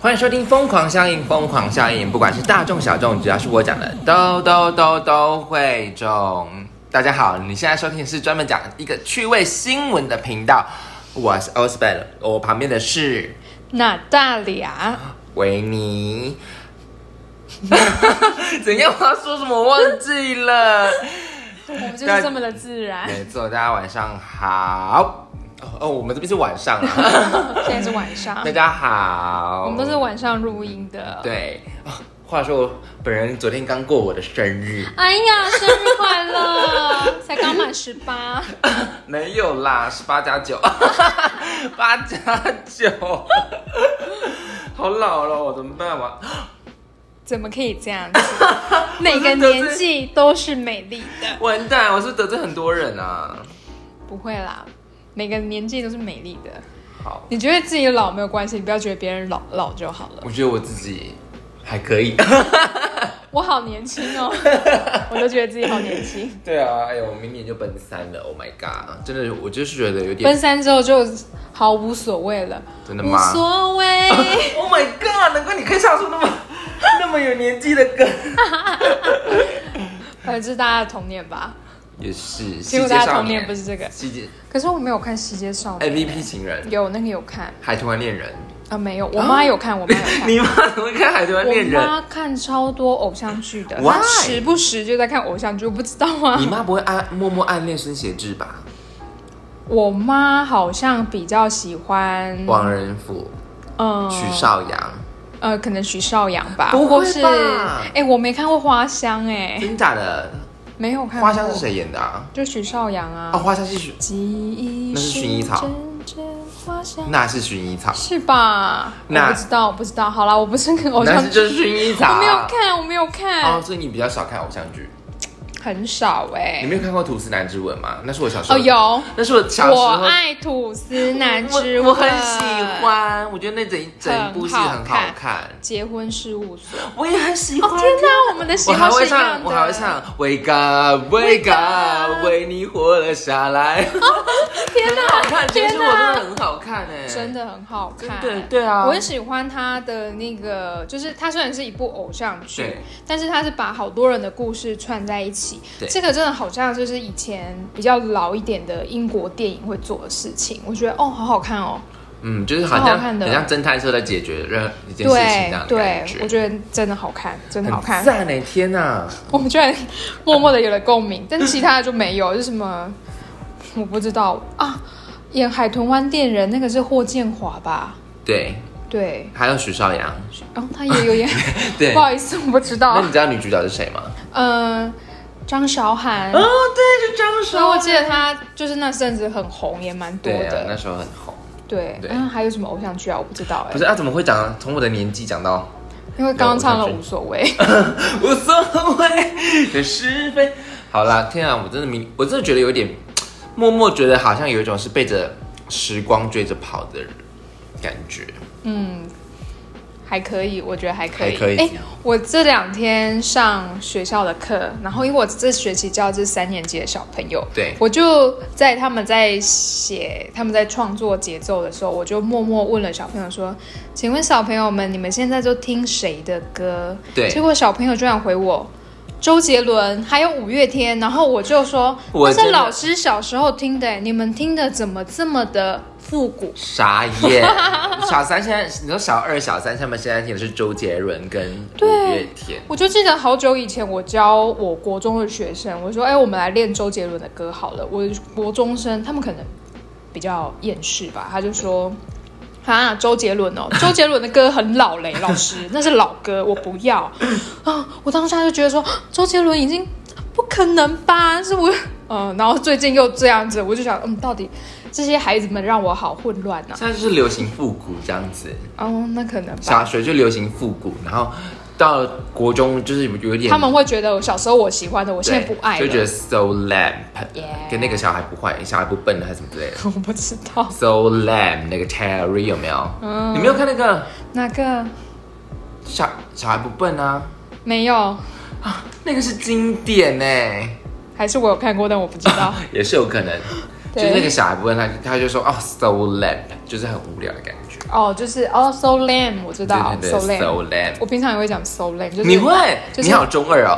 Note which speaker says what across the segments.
Speaker 1: 欢迎收听《疯狂效应》，疯狂效应，不管是大众小众，只要是我讲的，都都都都会中。大家好，你现在收听的是专门讲一个趣味新闻的频道，我是 o s b e l 我旁边的是
Speaker 2: 娜大利亚，
Speaker 1: 维尼。 怎样？我要说什么？我忘记了。
Speaker 2: 我们就是这么的自然。
Speaker 1: 没错，大家晚上好。哦哦，我们这边是晚上啊。
Speaker 2: 现在是晚上
Speaker 1: 大，家好，
Speaker 2: 我们都是晚上录音的。，
Speaker 1: 对。哦话说，我本人昨天刚过我的生日，
Speaker 2: 哎呀，生日快乐！才刚满十 八，
Speaker 1: 没有啦，是八加九， 八加九， 好老了，我怎么办嘛？
Speaker 2: 怎么可以这 样子？每个年纪都是美丽的，
Speaker 1: 完蛋，我是不是得罪很多人啊。
Speaker 2: 不会啦，每个年纪都是美丽的。
Speaker 1: 好，
Speaker 2: 你觉得自己老没有关系，你不要觉得别人老老就好了。
Speaker 1: 我觉得我自己还可 以。
Speaker 2: 我好年轻 哦，我都觉得自己好年轻。
Speaker 1: 对啊，哎呦，我明年就奔三了，Oh my god，真的，我就是觉得有
Speaker 2: 分
Speaker 1: 点
Speaker 2: 三之后就毫无所谓了，
Speaker 1: 真的
Speaker 2: 无
Speaker 1: 吗
Speaker 2: 所谓。
Speaker 1: ，Oh my god，难怪你可以唱出 那么那么有年纪的歌。
Speaker 2: 呃，这是大家的童年吧？
Speaker 1: 也是，
Speaker 2: 结果大家童年不是这个
Speaker 1: 西街
Speaker 2: 可是我没有看《西街少年》
Speaker 1: MVP 哎情人，
Speaker 2: 有那个有看
Speaker 1: 海豚湾恋 人，
Speaker 2: 啊？没有，我妈有看，我妈有 看。
Speaker 1: 你妈怎么会看海豚湾恋
Speaker 2: 哎我
Speaker 1: 人？
Speaker 2: 妈看超多偶像剧的，
Speaker 1: Why？嗯
Speaker 2: 她时不时就在看偶像剧，我不知道啊
Speaker 1: 你。妈不会暗默默暗恋孙协志吧？
Speaker 2: 嗯我妈好像比较喜欢，
Speaker 1: 王仁甫、
Speaker 2: 嗯，
Speaker 1: 许绍洋，
Speaker 2: 呃，可能许绍洋吧，
Speaker 1: 不会吧
Speaker 2: 或是哎，我没看过《花香》哎，
Speaker 1: 真假的？
Speaker 2: 没有看。
Speaker 1: 花香是？谁演的啊？
Speaker 2: 就许绍洋
Speaker 1: 啊，
Speaker 2: 啊。
Speaker 1: 花香是薰，
Speaker 2: 记忆
Speaker 1: 那是薰衣草
Speaker 2: 阵阵花香
Speaker 1: 那是薰衣草，
Speaker 2: 是吧？
Speaker 1: 那
Speaker 2: 我不知道，我不知道。好啦，我不是看偶
Speaker 1: 那
Speaker 2: 像
Speaker 1: 是
Speaker 2: 剧，
Speaker 1: 就是薰衣草。
Speaker 2: 我没有看，我没有看。
Speaker 1: 哦，所以你比较少看偶像剧，
Speaker 2: 很少哎、
Speaker 1: 你没有看过《吐司男之吻》吗？那是我小时候
Speaker 2: 哦，，有，
Speaker 1: 那是我小时
Speaker 2: 我
Speaker 1: 候，
Speaker 2: 爱吐司男之
Speaker 1: 我
Speaker 2: 吻，
Speaker 1: 我很喜。欢，我觉得那整一整一部戏很
Speaker 2: 很好
Speaker 1: 好
Speaker 2: 看
Speaker 1: 看，
Speaker 2: 结婚事务所，哦
Speaker 1: 我也很喜欢。
Speaker 2: 天哪，我们的喜
Speaker 1: 我还
Speaker 2: 好是
Speaker 1: 会
Speaker 2: 一样
Speaker 1: 唱，
Speaker 2: 的。
Speaker 1: 我还会唱《Wake Up Wake
Speaker 2: Wake
Speaker 1: Up》，
Speaker 2: Up
Speaker 1: 为你活了下来。
Speaker 2: 天
Speaker 1: 好
Speaker 2: 哪，
Speaker 1: 看，这些
Speaker 2: 天
Speaker 1: 我真的
Speaker 2: 哪，
Speaker 1: 很好看哎，
Speaker 2: 真的很好看。
Speaker 1: 对对啊
Speaker 2: 我很喜欢他的那个，就是他虽然是一部偶像剧
Speaker 1: 对，
Speaker 2: 但是他是把好多人的故事串在一起
Speaker 1: 对。
Speaker 2: 这个真的好像就是以前比较老一点的英国电影会做的事情。我觉得哦，好好看哦。
Speaker 1: 嗯，就是好
Speaker 2: 超
Speaker 1: 像
Speaker 2: 好看的
Speaker 1: 很像侦探社在解决任一件事情
Speaker 2: 对
Speaker 1: 这样的
Speaker 2: 对
Speaker 1: 感，
Speaker 2: 我
Speaker 1: 觉，
Speaker 2: 觉得真的好看，真的好看
Speaker 1: 很。赞哎！天哪，
Speaker 2: 我们居然默默的有了共鸣，但其他的就没有，是什么？我不知道啊。演《海豚湾恋人》那个是霍建华吧？
Speaker 1: 对，
Speaker 2: 对，
Speaker 1: 还有许绍 洋，
Speaker 2: 然、后他也有演，
Speaker 1: 对
Speaker 2: 不。好意思，我不知
Speaker 1: 那
Speaker 2: 道
Speaker 1: 你。知道女主角是谁吗？
Speaker 2: 嗯、张韶涵，
Speaker 1: 哦，对，是张
Speaker 2: 所以我记得她就是那阵子很红，也蛮多
Speaker 1: 对啊，那
Speaker 2: 的。
Speaker 1: 时候很红。
Speaker 2: 对，
Speaker 1: 对
Speaker 2: 然后还有什么偶像剧啊？我不知道哎、
Speaker 1: 不是啊，怎么会讲从我的年纪讲到
Speaker 2: 因为刚刚唱了
Speaker 1: 没有偶像剧
Speaker 2: 无所谓。
Speaker 1: 无所谓的是非。好啦，天啊，我真的明，我真的觉得有点，默默觉得好像有一种是被着时光追着跑的感觉。
Speaker 2: 嗯，还可以，我觉得还可以。
Speaker 1: 还可以
Speaker 2: 诶我这两天上学校的课，然后因为我这学期教的是三年级的小朋友，
Speaker 1: 嗯对
Speaker 2: 我就在他们在写、他们在创作节奏的时候，我就默默问了小朋友说：“请问小朋友们，你们现在都听谁的歌？”
Speaker 1: 对
Speaker 2: 结果小朋友居然回我。周杰伦还有五月天，然后我就说
Speaker 1: 我
Speaker 2: 那
Speaker 1: 真
Speaker 2: 是
Speaker 1: 的
Speaker 2: 老师小时候听的，你们听的怎么这么的复古？
Speaker 1: 傻 眼，小三现在你说小二、小三他们现在听的是周杰伦跟五月天，
Speaker 2: 我就记得好久以前，我教我国中的学生，我说：“哎、我们来练周杰伦的歌好了。”我的国中生他们可能比较厌世吧，他就说：“啊，周杰伦 哦，周杰伦的歌很老嘞，老师，那是老歌，我不 要。”啊，我当下就觉得说，啊周杰伦已经不可能吧？是 我，嗯，然后最近又这样子，我就想，嗯，到底这些孩子们让我好混乱啊。
Speaker 1: 现在就是流行复古这样子。
Speaker 2: 哦，那可能吧
Speaker 1: 小。学就流行复古，然后到了国中就是有点
Speaker 2: 他们会觉得小时候我喜欢的，我现在不爱了。
Speaker 1: 对就觉得 so lamp，
Speaker 2: Yeah
Speaker 1: 跟那个小孩不坏，小孩不笨还是什么之类的。
Speaker 2: 我不知道
Speaker 1: So Lamb 那个 Terry 有没有？
Speaker 2: 嗯
Speaker 1: 你没有看那个
Speaker 2: 哪个
Speaker 1: 小小孩不笨啊？
Speaker 2: 没有，
Speaker 1: 那个是经典呢、
Speaker 2: 还是我有看过，但我不知 道。
Speaker 1: 也是有可能。就
Speaker 2: 对
Speaker 1: 是那个小孩不笨，他他就说哦，So Lamb 就是很无聊的感觉。
Speaker 2: 哦，就是哦，so lame，我知道
Speaker 1: 对对
Speaker 2: ，so
Speaker 1: 对
Speaker 2: lame。
Speaker 1: ，so lame。
Speaker 2: 我平常也会讲 so lame，就是
Speaker 1: 你会？
Speaker 2: 就是
Speaker 1: 你好中二哦！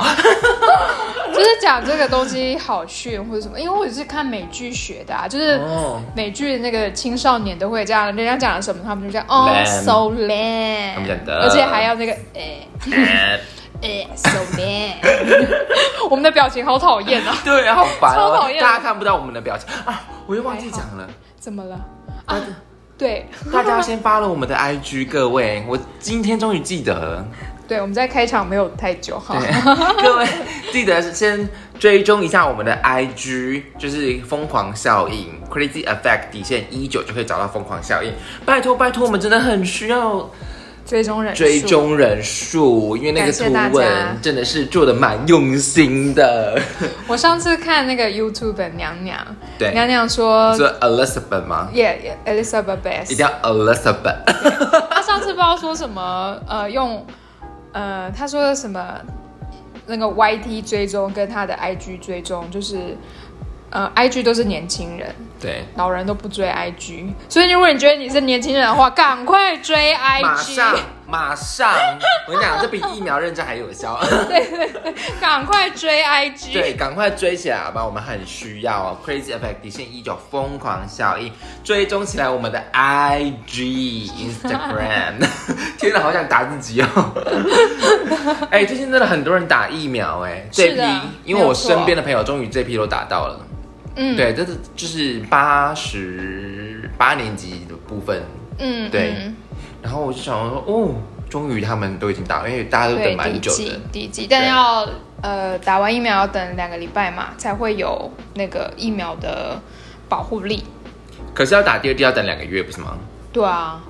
Speaker 2: 就是讲这个东西好炫或者什么，因为我也是看美剧学的啊，就是
Speaker 1: 哦
Speaker 2: 美剧那那个青少年都会这样，人家讲了什么，他们就这样哦
Speaker 1: Lame
Speaker 2: so lame，
Speaker 1: 他们讲的
Speaker 2: 而且还要那个呃诶诶 so lame，我们的表情好讨厌 啊！
Speaker 1: 对啊，好烦
Speaker 2: 超
Speaker 1: 哦
Speaker 2: 讨！厌
Speaker 1: 大家看不到我们的表情啊，我又忘记讲了。
Speaker 2: 怎么了啊？对
Speaker 1: 大家先发了我们的 IG，各位，我今天终于记得 了。
Speaker 2: 对，我们在开场没有太久哈，
Speaker 1: 对，各位记得先追踪一下我们的 IG，就是疯狂效应 （Crazy Effect） 底线一九就可以找到疯狂效应。拜托拜托，我们真的很需要
Speaker 2: 追踪人数
Speaker 1: 追踪人数，因为那个
Speaker 2: 感谢大
Speaker 1: 图
Speaker 2: 家
Speaker 1: 文真的是做的蛮用心的。
Speaker 2: 我上次看那个 YouTube 的娘娘，
Speaker 1: 对
Speaker 2: 娘娘 说
Speaker 1: 说 Elizabeth 吗？
Speaker 2: ，Yeah Elizabeth b e s
Speaker 1: 一定要 Elizabeth，
Speaker 2: 她上次不知道说什么，呃，用呃，她说什么那个 YT 追踪跟她的 IG 追踪，就是呃，IG 都是年轻人，
Speaker 1: 对，
Speaker 2: 老人都不追 IG，所以如果你觉得你是年轻人的话，赶快追
Speaker 1: 马
Speaker 2: IG
Speaker 1: 上。马上，我跟你讲，这比疫苗认证还有 效。
Speaker 2: 赶快追 IG。
Speaker 1: 对，赶快追起来好吧，我们很需要哦。Crazy Effect 底线一九疯狂效应，追踪起来我们的 IG、Instagram。天 哪，好想打自己哦！ 哎、最近真的很多人打疫苗哎、这
Speaker 2: 是
Speaker 1: 批
Speaker 2: 的，
Speaker 1: 因为
Speaker 2: 没
Speaker 1: 我
Speaker 2: 有错
Speaker 1: 身边的朋友终于这批都打到了。
Speaker 2: 嗯
Speaker 1: 对，这是就是八十八年级的部分，
Speaker 2: 嗯，
Speaker 1: 对
Speaker 2: 嗯
Speaker 1: 然后我就想说，哦，终于他们都已经打了，因为大家都
Speaker 2: 对
Speaker 1: 等
Speaker 2: 第一
Speaker 1: 蛮久的
Speaker 2: 季。，第一季，但
Speaker 1: 对
Speaker 2: 要呃打完疫苗要等两个礼拜嘛，才会有那个疫苗的保护力。
Speaker 1: 可是要打第二季要等两个月，不是吗？
Speaker 2: 对啊，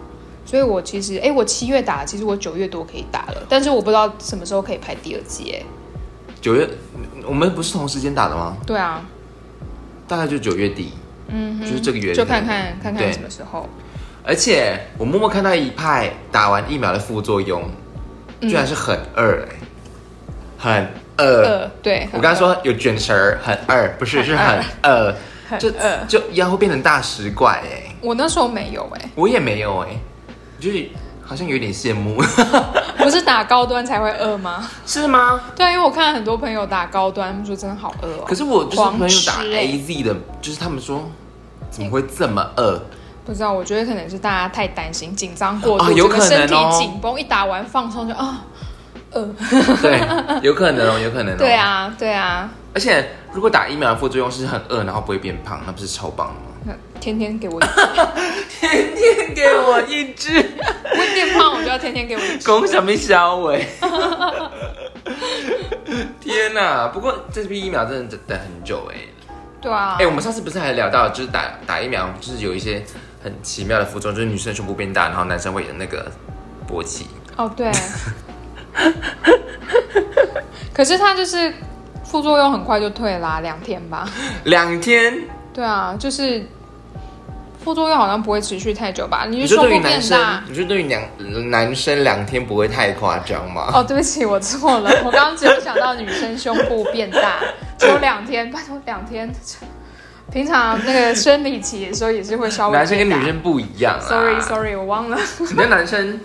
Speaker 2: 所以我其实，哎、我七月打，其实我九月多可以打了，但是我不知道什么时候可以排第二季。哎，
Speaker 1: 九月，我们不是同时间打的吗？
Speaker 2: 对啊，
Speaker 1: 大概就九月底，
Speaker 2: 嗯哼，
Speaker 1: 就是这个月
Speaker 2: 就看看看看
Speaker 1: 对
Speaker 2: 什么时候。
Speaker 1: 而且我默默看到一派打完疫苗的副作用，
Speaker 2: 嗯
Speaker 1: 居然是很饿、欸，很饿。
Speaker 2: 呃，对，
Speaker 1: 我刚才说有卷舌儿，很饿，不是是很饿，
Speaker 2: 很
Speaker 1: 就
Speaker 2: 饿
Speaker 1: 就腰会变成大食怪哎、
Speaker 2: 我那时候没有、哎，
Speaker 1: 我也没有哎、就是好像有点羡慕，
Speaker 2: 不是打高端才会饿吗？
Speaker 1: 是吗？
Speaker 2: 对啊，因为我看很多朋友打高端，他们说真的好饿哦。
Speaker 1: 可是我就是朋
Speaker 2: 狂
Speaker 1: 友
Speaker 2: 吃
Speaker 1: 打
Speaker 2: 欸
Speaker 1: A Z 的，就是他们说怎么会这么饿？
Speaker 2: 不知道，我觉得可能是大家太担心、紧张过度，
Speaker 1: 啊有可能哦
Speaker 2: 整个身体紧绷，一打完放松就啊，呃，
Speaker 1: 对，有可能哦，有可能哦。
Speaker 2: 对，啊，对啊，
Speaker 1: 而且如果打疫苗的副作用是很饿，然后不会变胖，那不是超棒的吗？
Speaker 2: 那天天给我一，
Speaker 1: 天天给我一 只，
Speaker 2: 我变胖我就要天天给我一吃。
Speaker 1: 拱什么小尾？ 天哪、不过这批疫苗真的等很久哎、
Speaker 2: 对啊，
Speaker 1: 哎、我们上次不是还聊到，就是打打疫苗，就是有一些很奇妙的副作用，就是女生胸部变大，然后男生会有那个勃起。
Speaker 2: 哦对，可是它就是副作用很快就退啦，两天吧。
Speaker 1: 两天，
Speaker 2: 对啊，就是副作用好像不会持续太久吧？你
Speaker 1: 你
Speaker 2: 就
Speaker 1: 说
Speaker 2: 胸
Speaker 1: 对于
Speaker 2: 部
Speaker 1: 男
Speaker 2: 变
Speaker 1: 生
Speaker 2: 大。，
Speaker 1: 你说对于两男生两天不会太夸张吗？
Speaker 2: 哦，对不起，我 错了，我刚刚只有想到女生胸部变大，只有两天，拜托两天。 平常那个生理期的时候也是会稍微
Speaker 1: 男生跟
Speaker 2: 变大
Speaker 1: 女生啊不一样啦。
Speaker 2: ，sorry sorry，我忘了，
Speaker 1: 你的男生，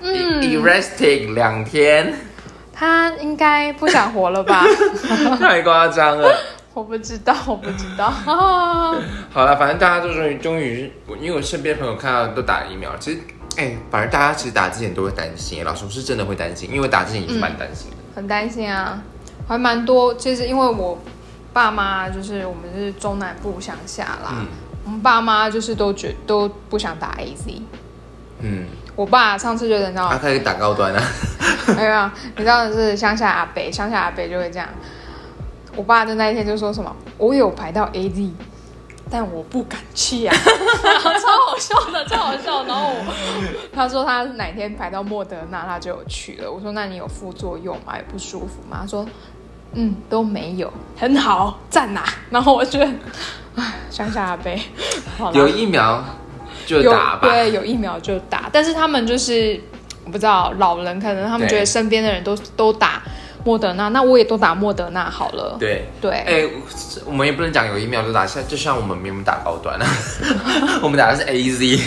Speaker 1: 嗯，elastic 两天，
Speaker 2: 他应该不想活了吧？
Speaker 1: 太夸张 了。
Speaker 2: 我不知道，我不知道。
Speaker 1: 好了，反正大家都终于终于，我因为我身边朋友看到都打疫苗，其实，哎、反正大家其实打之前都会担心，老师我是真的会担心，因为我打之前也是蛮担心的。
Speaker 2: 很担心啊，还蛮多。其实因为我爸妈就是我们是中南部乡下啦，
Speaker 1: 嗯
Speaker 2: 我们爸妈就是都觉都不想打 A Z。
Speaker 1: 嗯，
Speaker 2: 我爸上次就等到
Speaker 1: 他、开始打高端啊，
Speaker 2: 没有啊，你知道是乡下阿北，乡下阿北就会这样。我爸就那一天就说什么，我有排到 A D，但我不敢去啊， 超好笑的，超好笑。然后我他说他哪天排到莫德纳，他就有去了。我说那你有副作用吗？有不舒服吗？他说嗯都没有，很好，赞呐、然后我觉得，唉，乡下阿 北，好啦
Speaker 1: 有疫苗就
Speaker 2: 有
Speaker 1: 打吧。
Speaker 2: 哦对，有疫苗就打，但是他们就是我不知道老人可能他们
Speaker 1: 对
Speaker 2: 觉得身边的人都都打，莫德纳，那我也都打莫德纳好了。
Speaker 1: 对。
Speaker 2: 对，
Speaker 1: 哎、我们也不能讲有疫苗就打，像就像我们明明打高 端啊，我们打的是 A Z，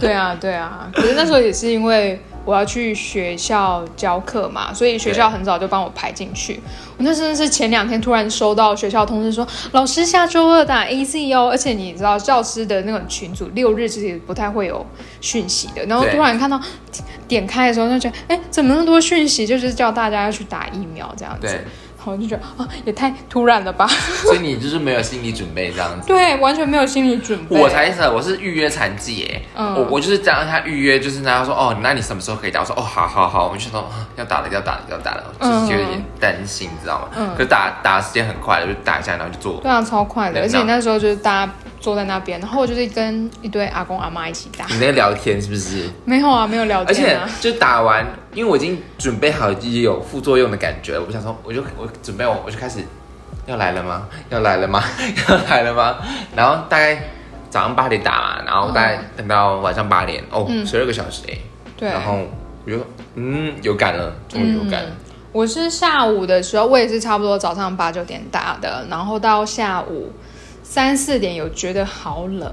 Speaker 2: 对啊，对啊。可是那时候也是因为我要去学校教课嘛，所以学校很早就帮我排进去。我那真的是前两天突然收到学校通知说，老师下周二打 A Z 哦。而且你知道，教师的那种群组六日其实不太会有讯息的。然后
Speaker 1: 对
Speaker 2: 突然看到点开的时候，就觉得哎，怎么那么多讯息？就是叫大家要去打疫苗这样子。
Speaker 1: 对，
Speaker 2: 然后我就觉得啊，也太突然了吧？
Speaker 1: 所以你就是没有心理准备这样子。
Speaker 2: 对，完全没有心理准备。
Speaker 1: 我才是，我是预约残疾耶，
Speaker 2: 嗯
Speaker 1: 我我就是这样，他预约就是那他说哦，那你什么时候可以打？我说哦，好好好，我们就说啊要打了要打了要打了，就是有点担心，你知道吗？
Speaker 2: 嗯
Speaker 1: 可是打打的时间很快，就打一下然后就做。
Speaker 2: 对啊，超快的，
Speaker 1: 对
Speaker 2: 而且
Speaker 1: 那
Speaker 2: 那时候就是大家坐在那边，然后我就是跟一堆阿公阿妈一起打，
Speaker 1: 你那个聊天是不是？
Speaker 2: 没有啊，没有聊
Speaker 1: 而且
Speaker 2: 天啊，
Speaker 1: 就打完，因为我已经准备好也有副作用的感觉了，我想说，我就我准备我我就开始要来了吗？要来了吗？ 要来了吗？然后大概早上八点打嘛，然后大概等到晚上八点，哦，十二个小时哎、
Speaker 2: 嗯对。
Speaker 1: 然后我就嗯有感了，终于有感了，
Speaker 2: 我是下午的时候，我也是差不多早上八九点打的，然后到下午三四点有觉得好冷，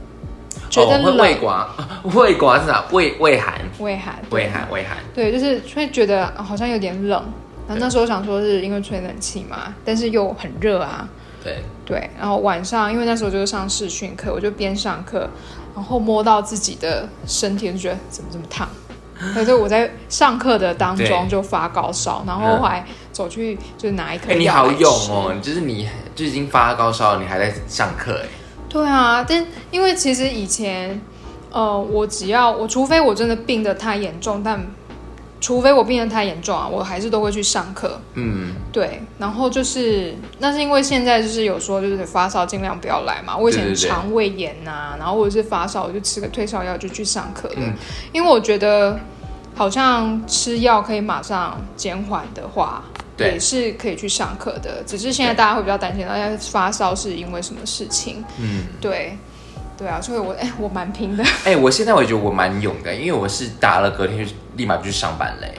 Speaker 2: 觉得
Speaker 1: 哦会
Speaker 2: 冷，
Speaker 1: 胃寡， 胃寡是啥？胃胃寒，
Speaker 2: 胃寒，
Speaker 1: 胃寒，胃寒。
Speaker 2: 对，就是会觉得啊好像有点冷。然后那时候想说是因为吹冷气嘛，但是又很热啊，
Speaker 1: 对，
Speaker 2: 对，然后晚上因为那时候就是上视讯课，我就边上课，然后摸到自己的身体，就觉得怎么这么烫。所以就我在上课的当中
Speaker 1: 对嗯
Speaker 2: 就发高烧，然后后来走去就是拿一颗
Speaker 1: 哎、你
Speaker 2: 药
Speaker 1: 好
Speaker 2: 来
Speaker 1: 勇
Speaker 2: 吃
Speaker 1: 哦！就是你就已经发高烧了，你还在上课哎、
Speaker 2: 对啊，但因为其实以前，呃，我只要我除非我真的病得太严重，但除非我病得太严重啊，我还是都会去上课。
Speaker 1: 嗯，
Speaker 2: 对，然后就是那是因为现在就是有说就是发烧尽量不要来嘛。我以前
Speaker 1: 对对对
Speaker 2: 肠胃炎呐、然后或者是发烧，我就吃个退烧药就去上课了，
Speaker 1: 嗯
Speaker 2: 因为我觉得好像吃药可以马上减缓的话。
Speaker 1: 对
Speaker 2: 也是可以去上课的，只是现在
Speaker 1: 对
Speaker 2: 大家会比较担心，大家发烧是因为什么事情？
Speaker 1: 嗯，
Speaker 2: 对，对啊，所以我哎、我蛮拼的，
Speaker 1: 哎、我现在我觉得我蛮勇的，因为我是打了隔天就立马就去上班嘞、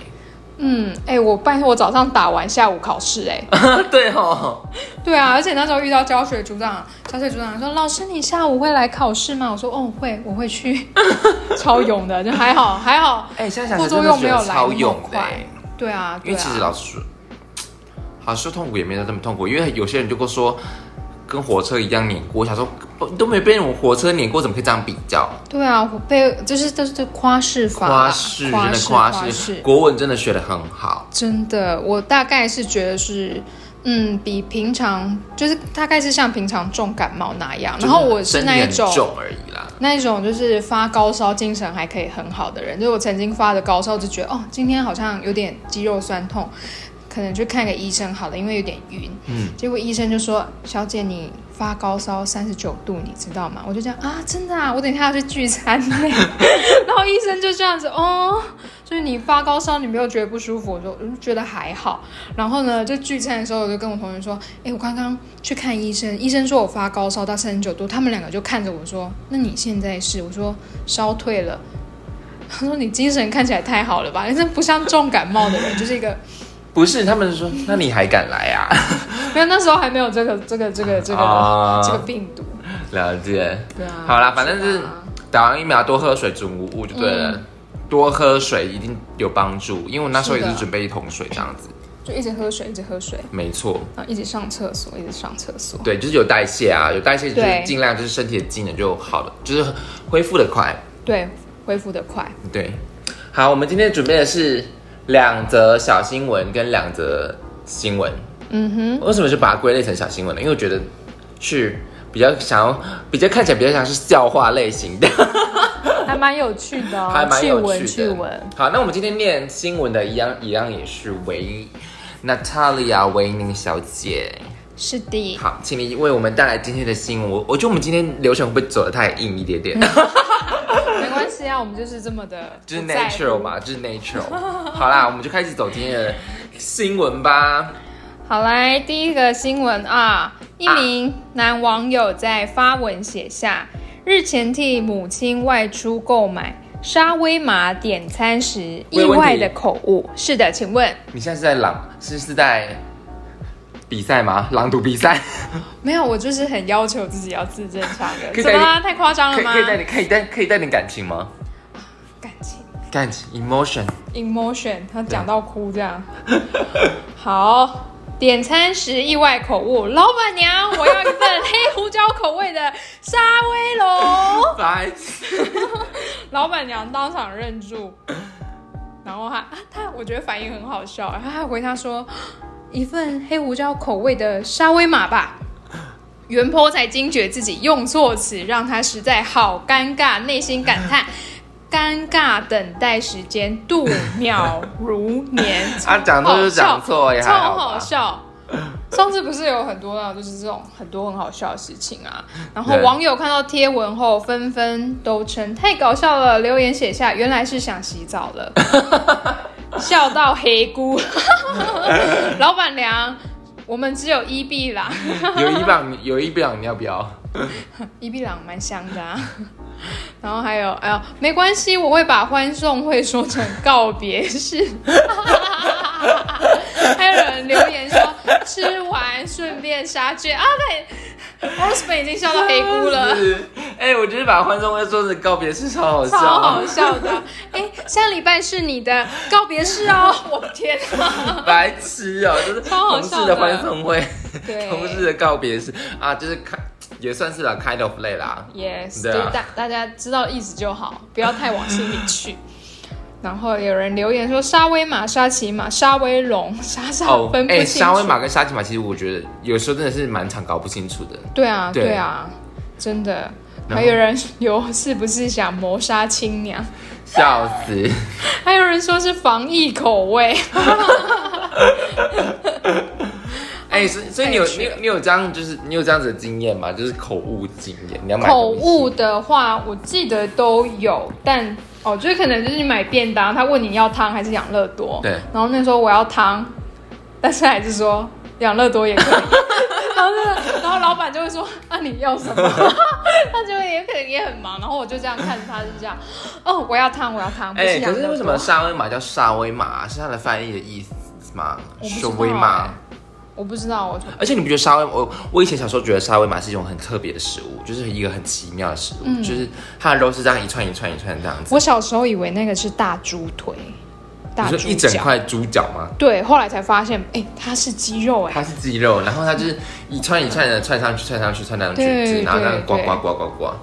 Speaker 2: 嗯，哎、我拜托我早上打完，下午考 试、哎，
Speaker 1: 对哦，
Speaker 2: 对啊，而且那时候遇到教学组长，教学组长说：“老师，你下午会来考试吗？”我说：“哦，会，我 会去。”超勇的，就还好，还好。
Speaker 1: 哎、现在想
Speaker 2: 副
Speaker 1: 想真
Speaker 2: 作
Speaker 1: 的
Speaker 2: 用没
Speaker 1: 觉
Speaker 2: 有
Speaker 1: 得
Speaker 2: 来那
Speaker 1: 超
Speaker 2: 么
Speaker 1: 勇的、
Speaker 2: 快
Speaker 1: 欸，
Speaker 2: 对啊，
Speaker 1: 因
Speaker 2: 对
Speaker 1: 为其实
Speaker 2: 啊，
Speaker 1: 老实说，好说痛苦也没有这么痛苦，因为有些人就跟我说跟火车一样碾过，我想说不都没被我火车碾过，怎么可以这样比较？
Speaker 2: 对啊，我被就是都是夸饰法啦，
Speaker 1: 夸饰真的夸饰，国文真的学得很好，
Speaker 2: 真的，我大概是觉得是，嗯，比平常就是大概是像平常重感冒那样，然后我
Speaker 1: 就是是
Speaker 2: 那一
Speaker 1: 身体
Speaker 2: 种
Speaker 1: 很重而已啦。
Speaker 2: 那一种就是发高烧，精神还可以很好的人，就是我曾经发的高烧，就觉得哦，今天好像有点肌肉酸痛，可能去看个医生好了，因为有点晕。
Speaker 1: 嗯，
Speaker 2: 结果医生就说：“小姐，你发高烧三十九度，你知道吗？”我就这样啊，真的啊，我等一下要去聚餐呢。 然后医生就这样子哦，就是你发高烧，你没有觉得不舒服，我就嗯觉得还好。然后呢，就聚餐的时候，我就跟我同学说：“哎，我刚刚去看医生，医生说我发高烧到三十九度，他们两个就看着我说：‘那你现在是？’我说：‘烧退了。’他说：‘你精神看起来太好了吧？你这不像重感冒的人，就是一个
Speaker 1: 不是，他们说那你还敢来啊？
Speaker 2: 没有那时候还没有这个这个这个这个、
Speaker 1: 啊
Speaker 2: 这个病毒。’
Speaker 1: 了解。
Speaker 2: 对啊
Speaker 1: 好啦，反正就是
Speaker 2: 是啊
Speaker 1: 打完疫苗多喝水、准无误就对了。
Speaker 2: 嗯
Speaker 1: 多喝水一定有帮助，因为我那时候也
Speaker 2: 是
Speaker 1: 是
Speaker 2: 的
Speaker 1: 准备一桶水这样子。
Speaker 2: 就一直喝水，一直喝水，
Speaker 1: 没错，
Speaker 2: 然后一直上厕所，一直上厕所。
Speaker 1: 对，就是有代谢啊，有代谢就
Speaker 2: 对
Speaker 1: 是尽量就是身体的机能就好了，就是恢复的快。
Speaker 2: 对，恢复的快。
Speaker 1: 对，好，我们今天准备的是两则小新闻跟两则新闻。
Speaker 2: 嗯
Speaker 1: 为什么就把它归类成小新闻呢？因为我觉得是比较想要，比较看起来比较像是笑话类型的。
Speaker 2: 哼，还蛮有趣的、哦，
Speaker 1: 还蛮有趣的。
Speaker 2: 趣闻，趣闻。
Speaker 1: 好，那我们今天念新闻的一样一样也是维 Natalia 维宁小姐。
Speaker 2: 是的，
Speaker 1: 好，请你为我们带来今天的新闻。我我觉得我们今天流程会不会走得太硬一点 点？
Speaker 2: 没关系啊，我们就是这么的，
Speaker 1: 就是
Speaker 2: 不在乎
Speaker 1: natural 嘛，就是 natural。好啦，我们就开始走今天的新闻吧。
Speaker 2: 好来，第一个新闻啊，一名男网友在发文写下：日前替母亲外出购买，沙威玛点餐时
Speaker 1: 我
Speaker 2: 意
Speaker 1: 有问题
Speaker 2: 外的口误。是的，请问
Speaker 1: 你现在是在朗是是在比赛吗？朗读比赛？
Speaker 2: 没有？我就是很要求自己要字正腔
Speaker 1: 可
Speaker 2: 圆，
Speaker 1: 以
Speaker 2: 怎
Speaker 1: 带
Speaker 2: 么啦？太夸张
Speaker 1: 可
Speaker 2: 了
Speaker 1: 以
Speaker 2: 吗
Speaker 1: 可？以带点可以带可以带点感情吗？
Speaker 2: 感情
Speaker 1: 感情 emotion
Speaker 2: emotion，他讲到哭这 样。好，点餐时意外口误，老板娘，我要一份黑胡椒口味的沙威龙。
Speaker 1: 白
Speaker 2: 老板娘当场愣住，然后她她我觉得反应很好笑，然后她还回他说一份黑胡椒口味的沙威玛吧。袁坡才惊觉自己用错词，让他实在好尴尬，内心感叹。尴尬等待时间度秒如 年，
Speaker 1: 啊讲错就讲错也还
Speaker 2: 超
Speaker 1: 好吧
Speaker 2: 好笑。上次不是有很多啊，就是这种很多很好笑的事情啊。然后
Speaker 1: 对
Speaker 2: 网友看到贴文后，纷纷都称太搞笑了，留言写下原来是想洗澡了，笑到黑姑。 老板娘，我们只有一碧朗，
Speaker 1: 有一棒有一棒，你要不要？
Speaker 2: 一碧朗蛮香的、啊。 然后还有，哎呦，没关系，我会把欢送会说成告别式。 还有人留言说，吃完顺便杀菌啊！对，我的 n 已经笑到黑咕了。
Speaker 1: 是。哎、我觉得把欢送会说成告别式超好笑，
Speaker 2: 超好笑的。哎、下礼拜是你的告别式哦！我的天 啊！
Speaker 1: 白痴哦、就是
Speaker 2: 超好
Speaker 1: 同
Speaker 2: 笑
Speaker 1: 事
Speaker 2: 的
Speaker 1: 的欢送会，
Speaker 2: 对
Speaker 1: 同事的告别式啊，就是开也算是啦，kind of play 啦。
Speaker 2: Yes，
Speaker 1: 对
Speaker 2: 就
Speaker 1: 啊
Speaker 2: 是大大家知道意思就好，不要太往心里 去。然后有人留言说沙威玛、沙琪玛、沙威龙、 沙沙分不
Speaker 1: 哎、
Speaker 2: 清楚。
Speaker 1: 沙威玛跟沙琪玛，其实我觉得有时候真的是蛮常搞不清楚的。
Speaker 2: 对啊，
Speaker 1: 对
Speaker 2: 对啊，真的。
Speaker 1: 然后
Speaker 2: 还有人有是不是想谋杀亲娘？
Speaker 1: 笑死！
Speaker 2: 还有人说是防疫口味，
Speaker 1: 哎、所以所以你有
Speaker 2: 太
Speaker 1: 你
Speaker 2: 有趣
Speaker 1: 有
Speaker 2: 了
Speaker 1: 你有这样就是你有这样子的经验吗？就是口误经验，你要买
Speaker 2: 口
Speaker 1: 东西
Speaker 2: 误的话，我记得都有，但哦，就是可能就是你买便当，他问你要汤还是养乐多，
Speaker 1: 对
Speaker 2: 然后那时候我要汤，但是还是说养乐多也 可以，然后那个然后老板就会说啊你 要什么，他就也可能也很忙，然后我就这样看着他，就这样，哦我要汤我要汤，不
Speaker 1: 哎、
Speaker 2: 是养
Speaker 1: 可
Speaker 2: 乐
Speaker 1: 是
Speaker 2: 多，
Speaker 1: 为什么沙威玛叫沙威玛？是它的翻译的意思吗？
Speaker 2: 我不知
Speaker 1: 沙
Speaker 2: 道
Speaker 1: 威玛
Speaker 2: 哎。我不知道，我就
Speaker 1: 而且你不觉得沙威我我以前小时候觉得沙威玛是一种很特别的食物，就是一个很奇妙的食物，
Speaker 2: 嗯
Speaker 1: 就是它的肉是这样一串一串一串这样子。
Speaker 2: 我小时候以为那个是大猪腿，大
Speaker 1: 你
Speaker 2: 猪
Speaker 1: 说一整
Speaker 2: 脚，
Speaker 1: 块猪脚吗？
Speaker 2: 对，后来才发现，哎、它是鸡肉、哎。
Speaker 1: 它是鸡肉，然后它就是一串一串的串上去，串上去，串上去，
Speaker 2: 对
Speaker 1: 就是然后这样
Speaker 2: 对
Speaker 1: 刮
Speaker 2: 对
Speaker 1: 刮刮刮刮。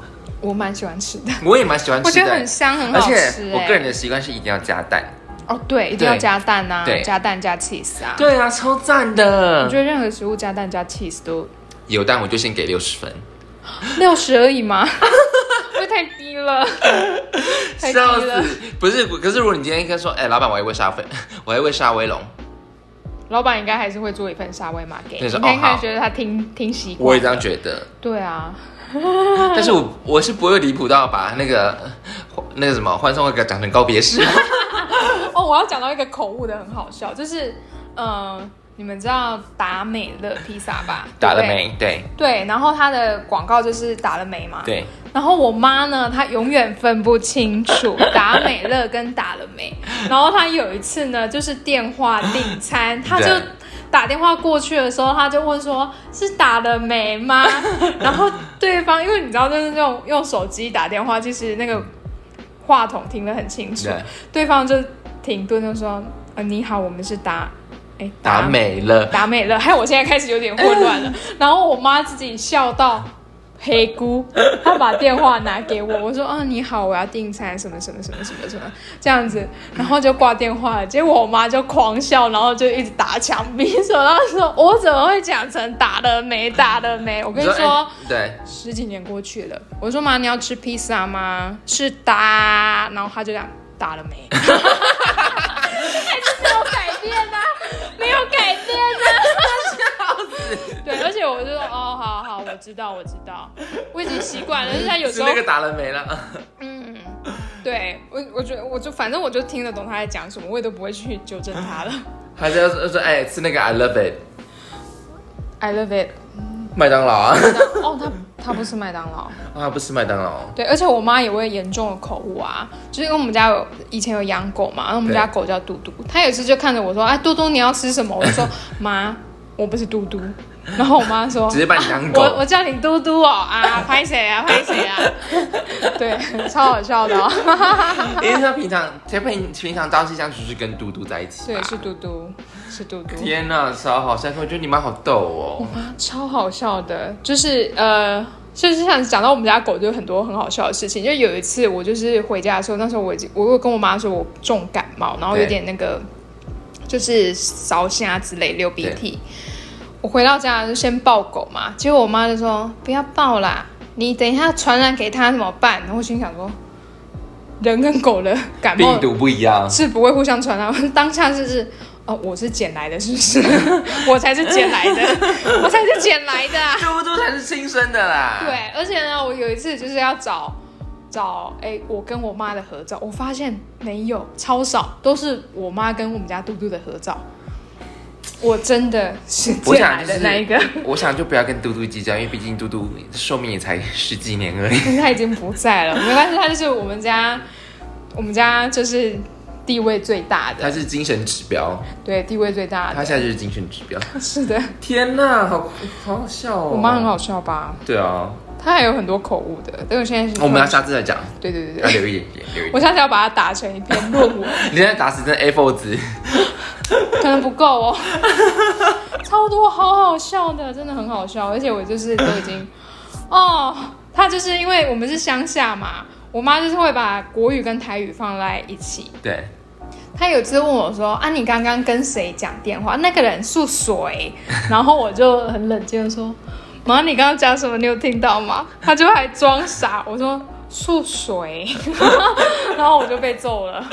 Speaker 2: 我蛮喜欢吃的，
Speaker 1: 我也蛮喜欢
Speaker 2: 我
Speaker 1: 吃的，
Speaker 2: 觉得很香，很
Speaker 1: 而
Speaker 2: 好吃、
Speaker 1: 且
Speaker 2: 欸。
Speaker 1: 我个人的习惯是一定要加蛋。
Speaker 2: 哦，对，一定要
Speaker 1: 对
Speaker 2: 加蛋啊
Speaker 1: 对，
Speaker 2: 加蛋加 cheese 啊。
Speaker 1: 对啊，超赞
Speaker 2: 我
Speaker 1: 的
Speaker 2: 觉。得任何食物加蛋加 cheese 都
Speaker 1: 有蛋我就先给六十分，
Speaker 2: 六十而已 吗？会太低 了，太低
Speaker 1: 笑
Speaker 2: 了
Speaker 1: 死。！不是，可是如果你今天跟说，哎、老板，我要一位沙菲， 我要一位沙威龙，
Speaker 2: 老板应该还是会做一份沙威玛给你，
Speaker 1: 就是
Speaker 2: 应该
Speaker 1: 哦
Speaker 2: 应该
Speaker 1: 好
Speaker 2: 觉得他听听习
Speaker 1: 我也
Speaker 2: 惯。
Speaker 1: 这样觉得。
Speaker 2: 对啊，
Speaker 1: 但是我我是不会离谱到把那个那个什么欢送会讲成告别 式，
Speaker 2: 哦，我要讲到一个口误的很好笑，就是呃，你们知道达美乐披萨吧？
Speaker 1: 打了
Speaker 2: 对不对？
Speaker 1: 没？对
Speaker 2: 对，然后它的广告就是打了没嘛。
Speaker 1: 对，
Speaker 2: 然后我妈呢，她永远分不清楚达美乐跟打了 没。然后她有一次呢，就是电话订餐，她就
Speaker 1: 对
Speaker 2: 打电话过去的时候，她就问说：“是打了没吗？” 然后对方，因为你知道，就是那种用手机打电话，其实那个话筒听得很清楚，
Speaker 1: 对
Speaker 2: 对方就停顿就说：“呃，你好，我们是达，哎，
Speaker 1: 打美了。
Speaker 2: 达美乐，害我现在开始有点混乱了。然后我妈自己笑到黑姑，她把电话拿给我，我说：“啊，你好，我要订餐，什么什么什么什么什么这样子。”然后就挂电话了。结果我妈就狂笑，然后就一直打墙壁，然后说：“我怎么会讲成打了没打了没？”我跟你说。
Speaker 1: 哎对，
Speaker 2: 十几年过去了，我说妈，你要吃披萨吗？是打，然后他就这样打了没？还是没有改变呢、没有改变 呢、对，而且我就说哦，好好，我知道，我知道，我已经习 惯了。就是他有
Speaker 1: 是
Speaker 2: 时候
Speaker 1: 那，个打了没了。
Speaker 2: 嗯，对我，我觉得，我就反正我就听得懂他在讲什么，我也都不会去纠正他了。
Speaker 1: 还是要说说，哎、吃那个 I love it，
Speaker 2: I love it。
Speaker 1: 麦当劳啊。
Speaker 2: 那哦，他他不吃麦当劳。
Speaker 1: 啊，不吃麦当劳，
Speaker 2: 对，而且我妈也会严重的口误啊，就是因为我们家有以前有养狗嘛，然后我们
Speaker 1: 对
Speaker 2: 家狗叫嘟嘟，她有一次就看着我说：“哎，嘟嘟你要吃什么？” 我就说：“妈，我不是嘟嘟。”然后我妈说：“
Speaker 1: 直接把你当狗
Speaker 2: 我我叫你嘟嘟哦啊，拍谁啊，拍谁 啊？”对，超好笑的、哦。
Speaker 1: 因为他平常他平平常朝夕相处是跟嘟嘟在一起
Speaker 2: 对
Speaker 1: 吧，，
Speaker 2: 是嘟嘟，是嘟嘟。
Speaker 1: 天呐，超好笑！我觉得你妈好逗哦。
Speaker 2: 超好笑的，就是呃，就是像讲到我们家狗，就有很多很好笑的事情。就有一次我就是回家的时候，那时候我已经我有跟我妈说我重感冒，然后有
Speaker 1: 对
Speaker 2: 点那个就是烧虾之类流鼻涕。我回到家就先抱狗嘛，结果我妈就说不要抱啦，你等一下传染给它怎么办？然后我心想说，人跟狗的感冒
Speaker 1: 病毒不一样，
Speaker 2: 是不会互相传染。 当下就是，哦，我是捡来的，是不是？ 我才是捡来的， 我才是捡来的、啊。
Speaker 1: 嘟嘟才是亲生的啦。
Speaker 2: 对，而且呢，我有一次就是要找找，哎、我跟我妈的合照，我发现没有，超少，都是我妈跟我们家嘟嘟的合照。我真的是
Speaker 1: 我
Speaker 2: 捡
Speaker 1: 想
Speaker 2: 来
Speaker 1: 就
Speaker 2: 的
Speaker 1: 是
Speaker 2: 那一个，
Speaker 1: 我想就不要跟嘟嘟计较，因为毕竟嘟嘟寿命也才十几年而已。
Speaker 2: 他已经不在了，没关系，他就是我们家，我们家就是地位最大的，
Speaker 1: 他是精神指标，
Speaker 2: 对，地位最大
Speaker 1: 他
Speaker 2: 的，
Speaker 1: 现在就是精神指标。
Speaker 2: 是的，
Speaker 1: 天呐，好好好笑哦！
Speaker 2: 我妈很。好笑吧？
Speaker 1: 对啊，
Speaker 2: 他还有很多口误的，但我现在是
Speaker 1: 哦我们要下次再讲，
Speaker 2: 对对对
Speaker 1: 要
Speaker 2: 对，
Speaker 1: 留一点点，留一
Speaker 2: 我
Speaker 1: 点。
Speaker 2: 下次要把它打成一篇 论文，
Speaker 1: 你现在打死真 A4 纸，
Speaker 2: 可能不够哦， 超多好好笑的，真的很好笑，而且我就是都已经，哦，他就是因为我们是乡下嘛，我妈就是会把国语跟台语放在一起。
Speaker 1: 对，
Speaker 2: 她有次问我说：“啊，你刚刚跟谁讲电话？那个人是谁？” 然后我就很冷静的说：“妈，你刚刚讲什么？你有听到吗？”她就还装傻，我说。是谁？ 然后我就被揍了。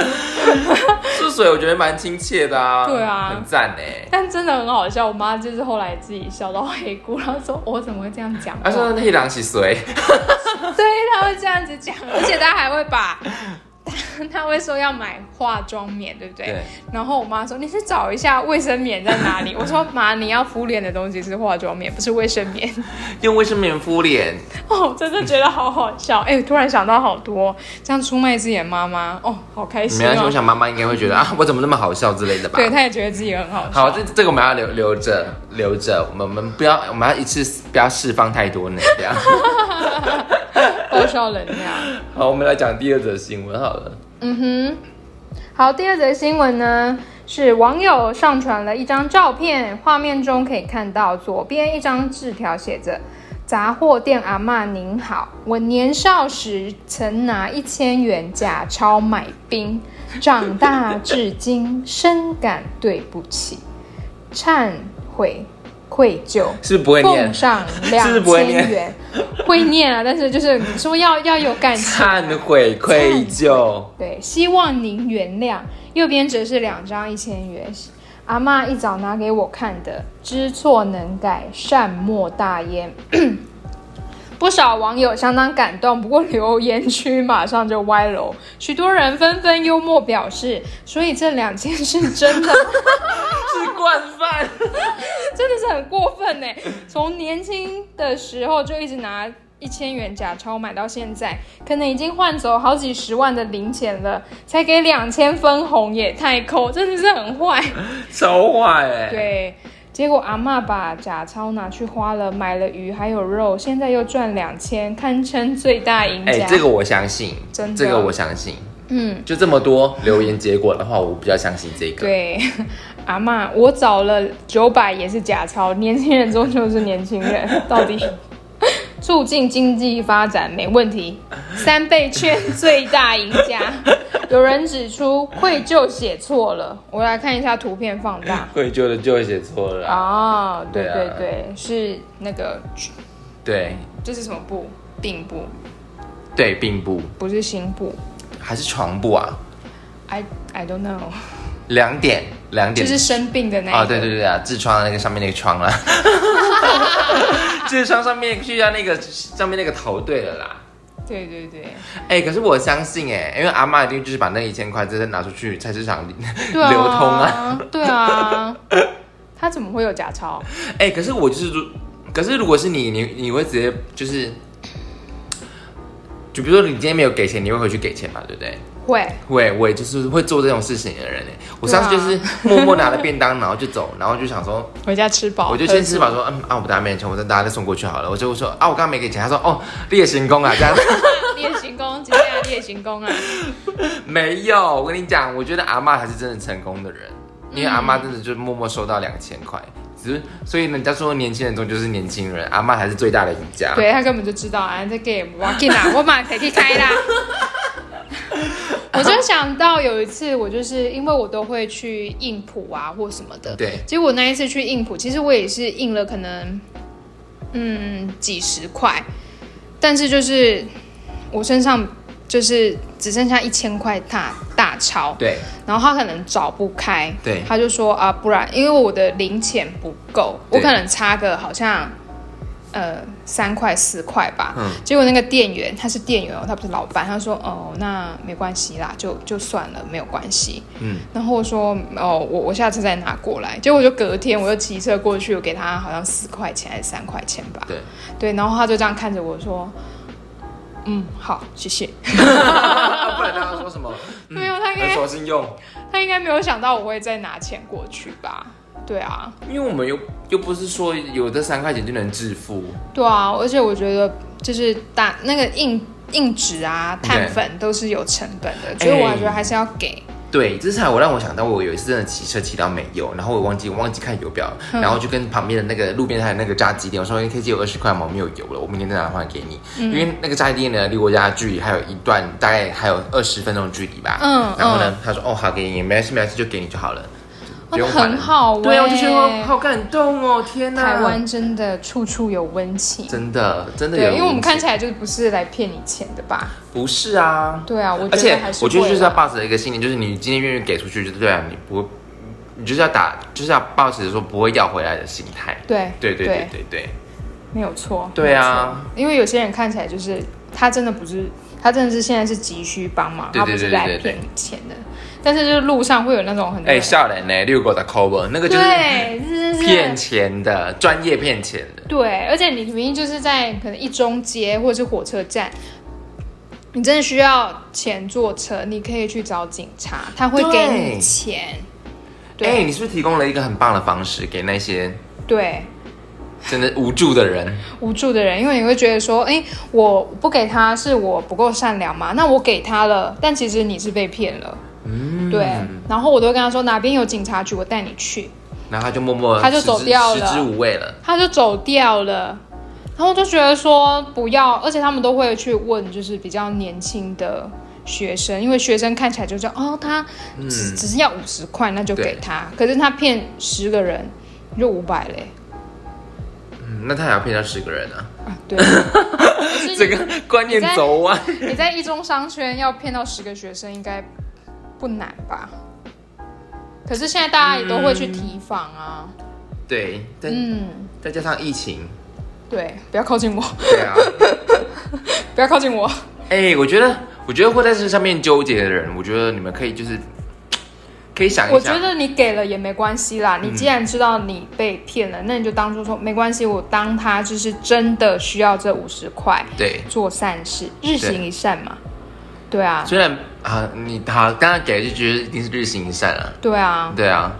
Speaker 1: 素水我觉得蛮亲切的啊，
Speaker 2: 对啊
Speaker 1: 很赞哎。
Speaker 2: 但真的很好笑，我妈就是后来自己笑到黑咕，然后说我怎么会这样讲话？
Speaker 1: 他说那狼是谁？
Speaker 2: 对，她会这样子讲，而且她还会把， 她会说要买化妆棉，对不对？
Speaker 1: 对
Speaker 2: 然后我妈说你去找一下卫生棉在哪里。 我说妈，你要敷脸的东西是化妆棉，不是卫生棉。
Speaker 1: 用卫生棉敷脸，
Speaker 2: 哦，我真的觉得好好笑，哎、突然想到好多，这样出卖自己的妈妈，哦，好开
Speaker 1: 没
Speaker 2: 心
Speaker 1: 关系，我
Speaker 2: 哦。
Speaker 1: 想妈妈应该会觉得啊，我怎么那么好笑之类的吧。
Speaker 2: 对，她也觉得自己很好笑。
Speaker 1: 好，这这个我们要留留着，留着，我们我们不要，我们要一次不要释放太多能 量。
Speaker 2: 爆笑能量。
Speaker 1: 好，我们来讲第二则新闻好了。
Speaker 2: 嗯哼，好，第二则新闻呢是网友上传了一张照片，画面中可以看到左边一张字条写着“杂货店阿嬷您好，我年少时曾拿一千元假钞买冰，长大至今深感对不起，忏悔愧疚。”
Speaker 1: 是不是不会念
Speaker 2: 奉上 两
Speaker 1: 是不是不会
Speaker 2: 千
Speaker 1: 念
Speaker 2: 元，会念啊，但是就是你说要要有感情啊，
Speaker 1: 忏悔、愧 疚，
Speaker 2: 对，希望您原谅。右边则是两张一千元，阿嬷一早拿给我看的，知错能改，善莫大焉。 不少网友相当感动，不过留言区马上就歪楼，许多人纷纷幽默表示，所以这两件是真的，
Speaker 1: 是惯犯。
Speaker 2: 真的是很过分呢。从年轻的时候就一直拿一千元假钞买到现在，可能已经换走好几十万的零钱了，才给两千分红，也太抠，真的是很 坏。
Speaker 1: 超坏哎、
Speaker 2: 对，结果阿嬷把假钞拿去花了，买了鱼还有肉，现在又赚两千，堪称最大赢家。
Speaker 1: 哎、这个我相信，
Speaker 2: 真的
Speaker 1: 这个我相信。
Speaker 2: 嗯，
Speaker 1: 就这么多留言结果的话，我比较相信这个。
Speaker 2: 对， 阿嬷，我找了九百也是假钞，年轻人终究是年轻人，到 底促进经济发展没问题，三倍 券最大赢家。有人指出愧疚写错了，我来看一下图片放 大。
Speaker 1: 愧疚的就会写错了啊。
Speaker 2: 哦，对
Speaker 1: 对啊
Speaker 2: 对对，是那个
Speaker 1: 对
Speaker 2: 这是什么布？鬓部，
Speaker 1: 对，并不
Speaker 2: 不是心部。
Speaker 1: 还是床部啊，
Speaker 2: I I don't know，
Speaker 1: 两点两
Speaker 2: 就
Speaker 1: 点
Speaker 2: 是生病的那一个
Speaker 1: 啊，对对对啊，痔疮的那个上面那个疮 啦，痔疮上面去掉那个上面那个头对了啦。
Speaker 2: 对对对
Speaker 1: 哎、可是我相信哎、因为阿妈一定就是把那一千块真的拿出去菜市场里、
Speaker 2: 对啊，
Speaker 1: 流通啊。，
Speaker 2: 对啊，他怎么会有假钞？
Speaker 1: 哎、可是我就是可是如果是你，你你会直接就是，就比如说你今天没有给钱，你会回去给钱嘛，对不对？
Speaker 2: 会，
Speaker 1: 会，我也就是会做这种事情的人欸我
Speaker 2: 对啊
Speaker 1: 上次就是默默拿了便当，然后就走，然后就想说，
Speaker 2: 回家吃饱，
Speaker 1: 我就先吃饱说，嗯啊，我大家没有钱，我再大家再送过去好了。我就说啊，我刚刚没给钱，他说哦，烈行宫啊，这样
Speaker 2: 烈行宫，今天烈行宫啊，
Speaker 1: 没有。我跟你讲，我觉得阿妈才是真的成功的人，因为阿妈真的就默默收到两千块，只是所以人家说年轻人终究是年轻人，阿妈才是最大的赢家。
Speaker 2: 对他根本就知道啊，这 game 我进 啦，我马上可以开啦。我就想到有一次，我就是因为我都会去应普啊或什么的，
Speaker 1: 对
Speaker 2: 结果那一次去应普，其实我也是应了可能嗯几十块，但是就是我身上就是只剩下一千块大大钞，
Speaker 1: 对
Speaker 2: 然后他可能找不开，
Speaker 1: 对
Speaker 2: 他就说啊，不然因为我的零钱不够，我
Speaker 1: 对
Speaker 2: 可能差个好像呃三块四块吧。
Speaker 1: 嗯
Speaker 2: 结果那个店员他是店员哦，他不是老板，他说哦那没关系啦，就就算了，没有关系。
Speaker 1: 嗯，
Speaker 2: 然后我说哦我我下次再拿过来。结果我就隔天我就骑车过去，我给他好像四块钱还是三块钱吧。
Speaker 1: 对，
Speaker 2: 对，然后他就这样看着我说，嗯好，谢谢。
Speaker 1: 不然他要说什么？
Speaker 2: 没有他应该
Speaker 1: 很守信用。
Speaker 2: 他应该没有想到我会再拿钱过去吧？对啊，
Speaker 1: 因为我们又又不是说有这三块钱就能致富，
Speaker 2: 对啊，而且我觉得就是大那个硬硬纸啊、
Speaker 1: 对
Speaker 2: 碳粉都是有成本的，
Speaker 1: 哎
Speaker 2: 所以我还觉得还是要给。
Speaker 1: 对，这才我让我想到，我有一次真的骑车骑到没油，然后我忘记忘记看油表，
Speaker 2: 嗯
Speaker 1: 然后就跟旁边的那个路边摊的那个炸鸡店我说：“你可以借我二十块吗？我没有油了，我明天再拿还给你。
Speaker 2: 嗯
Speaker 1: 因为那个炸鸡店呢，离我家的距离还有一段，大概还有二十分钟的距离吧。
Speaker 2: 嗯
Speaker 1: 然后呢，他说：“哦，好，给你，没关系，没关系，就给你就好了，
Speaker 2: 哦
Speaker 1: 不用
Speaker 2: 那
Speaker 1: 还了
Speaker 2: 很好欸
Speaker 1: 对啊，我就觉得好感动哦，天哪！
Speaker 2: 台湾真的处处有温情，
Speaker 1: 真的真的有
Speaker 2: 对，
Speaker 1: 人
Speaker 2: 因为我们
Speaker 1: 情
Speaker 2: 看起来就是不是来骗你钱的吧？
Speaker 1: 不是啊，
Speaker 2: 对啊，我
Speaker 1: 而
Speaker 2: 觉
Speaker 1: 且
Speaker 2: 得还是
Speaker 1: 我觉得
Speaker 2: 会
Speaker 1: 就是
Speaker 2: 啦
Speaker 1: 要抱着一个信念，就是你今天愿意给出去，就对啊，你不，你就是要打，就是要抱持说不会要回来的心态。
Speaker 2: 对
Speaker 1: 对对对对对，
Speaker 2: 没有错，
Speaker 1: 对啊
Speaker 2: 没有错，因为有些人看起来就是他真的不是，他真的是现在是急需帮忙，
Speaker 1: 对对
Speaker 2: 他不是
Speaker 1: 对
Speaker 2: 来
Speaker 1: 对对
Speaker 2: 骗你钱的。但是就是路上会有那种很多
Speaker 1: 哎，
Speaker 2: 人
Speaker 1: 笑脸呢，遛狗的 cover 那个就是
Speaker 2: 对，是是是
Speaker 1: 骗钱的，专业骗钱的。
Speaker 2: 对，而且你明明就是在可能一中街或者是火车站，你真的需要钱坐车，你可以去找警察，他会给你
Speaker 1: 对
Speaker 2: 钱。
Speaker 1: 哎，
Speaker 2: 对、
Speaker 1: 你是不是提供了一个很棒的方式给那些
Speaker 2: 对，
Speaker 1: 真的无助的人？
Speaker 2: 无助的人，因为你会觉得说，哎，我不给他是我不够善良嘛？那我给他了，但其实你是被骗了。
Speaker 1: 嗯，
Speaker 2: 对，然后我都会跟他说哪边有警察局，我带你去，
Speaker 1: 然后他就默默
Speaker 2: 他就走
Speaker 1: 食之
Speaker 2: 掉了
Speaker 1: 食之无味了。
Speaker 2: 他就走掉了。然后我就觉得说不要，而且他们都会去问，就是比较年轻的学生，因为学生看起来就这样，哦，他只、只是要五十块，那就
Speaker 1: 嗯对
Speaker 2: 给他。可是他骗十个人，就五百嘞。
Speaker 1: 嗯，那他还要骗到十个人啊？
Speaker 2: 啊， 对，可是你
Speaker 1: 这个观念
Speaker 2: 嗯你在
Speaker 1: 走歪。
Speaker 2: 你在一中商圈要骗到十个学生，应该不难吧？可是现在大家也都会去提防啊，
Speaker 1: 对，再
Speaker 2: 嗯，
Speaker 1: 再加上疫情，
Speaker 2: 对，不要靠近我，
Speaker 1: 对啊。
Speaker 2: 不要靠近我。
Speaker 1: 哎、我觉得，我觉得会在这上面纠结的人，我觉得你们可以就是，可以想一想。
Speaker 2: 我觉得你给了也没关系啦，你既然知道你被骗了，那你就当做说没关系，我当他就是真的需要这五十块
Speaker 1: 对，
Speaker 2: 做善事，日行一善嘛。对啊，
Speaker 1: 虽然啊，你好，刚刚给的就觉得一定是日行一善啊，
Speaker 2: 对啊，
Speaker 1: 对啊，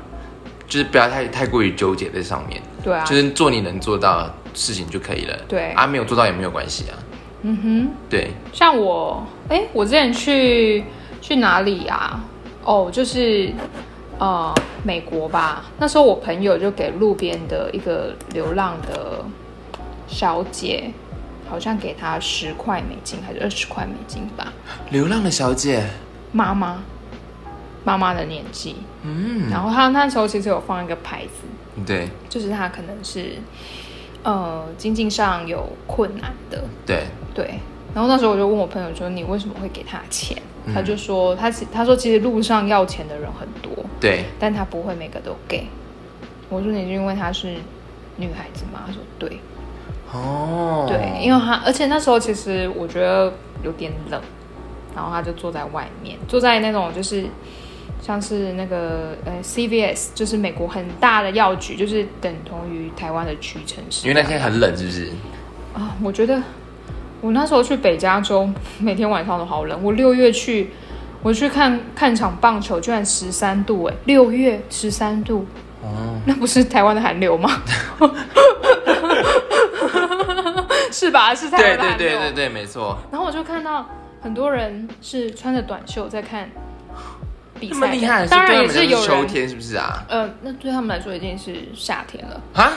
Speaker 1: 就是不要太太过于纠结在上面，
Speaker 2: 对啊
Speaker 1: 就，是做你能做到的事情就可以了。
Speaker 2: 对
Speaker 1: 啊，没有做到也没有关系啊。
Speaker 2: 嗯哼。
Speaker 1: 对，
Speaker 2: 像我，哎、我之前去去哪里啊？哦，就是呃美国吧。那时候我朋友就给路边的一个流浪的小姐，好像给她十块美金还是二十块美金吧。
Speaker 1: 流浪的小姐，
Speaker 2: 妈妈妈妈的年纪，
Speaker 1: 嗯，
Speaker 2: 然后她那时候其实有放一个牌子，
Speaker 1: 对
Speaker 2: 就是她可能是呃经济上有困难的，
Speaker 1: 对，
Speaker 2: 对。然后那时候我就问我朋友说：“你为什么会给他钱？”他
Speaker 1: 嗯
Speaker 2: 就说：“他其他说其实路上要钱的人很多，
Speaker 1: 对，
Speaker 2: 但他不会每个都给。”我说：“你是因为她是女孩子吗？”他说：“对，
Speaker 1: 哦，
Speaker 2: 对，因为他而且那时候其实我觉得有点冷，然后他就坐在外面，坐在那种就是像是那个呃 CVS，就是美国很大的药局，就是等同于台湾的屈臣氏。
Speaker 1: 因为那天很冷，是不是？
Speaker 2: 啊，我觉得我那时候去北加州，每天晚上都好冷。我六月去，我去看看场棒球，居然十三度哎、六月十三度，
Speaker 1: 哦，
Speaker 2: 那不是台湾的寒流吗？ 是吧？是台
Speaker 1: 对
Speaker 2: 湾的
Speaker 1: 对
Speaker 2: 寒流。
Speaker 1: 对对对，没错。
Speaker 2: 然后我就看到很多人是穿着短袖在看比
Speaker 1: 这
Speaker 2: 赛
Speaker 1: 么
Speaker 2: 的，
Speaker 1: 厉害，
Speaker 2: 当然
Speaker 1: 对
Speaker 2: 也
Speaker 1: 他们来
Speaker 2: 有
Speaker 1: 说秋
Speaker 2: 人，
Speaker 1: 天，是不是啊？
Speaker 2: 呃，那对他们来说已经是夏天了。
Speaker 1: 啊，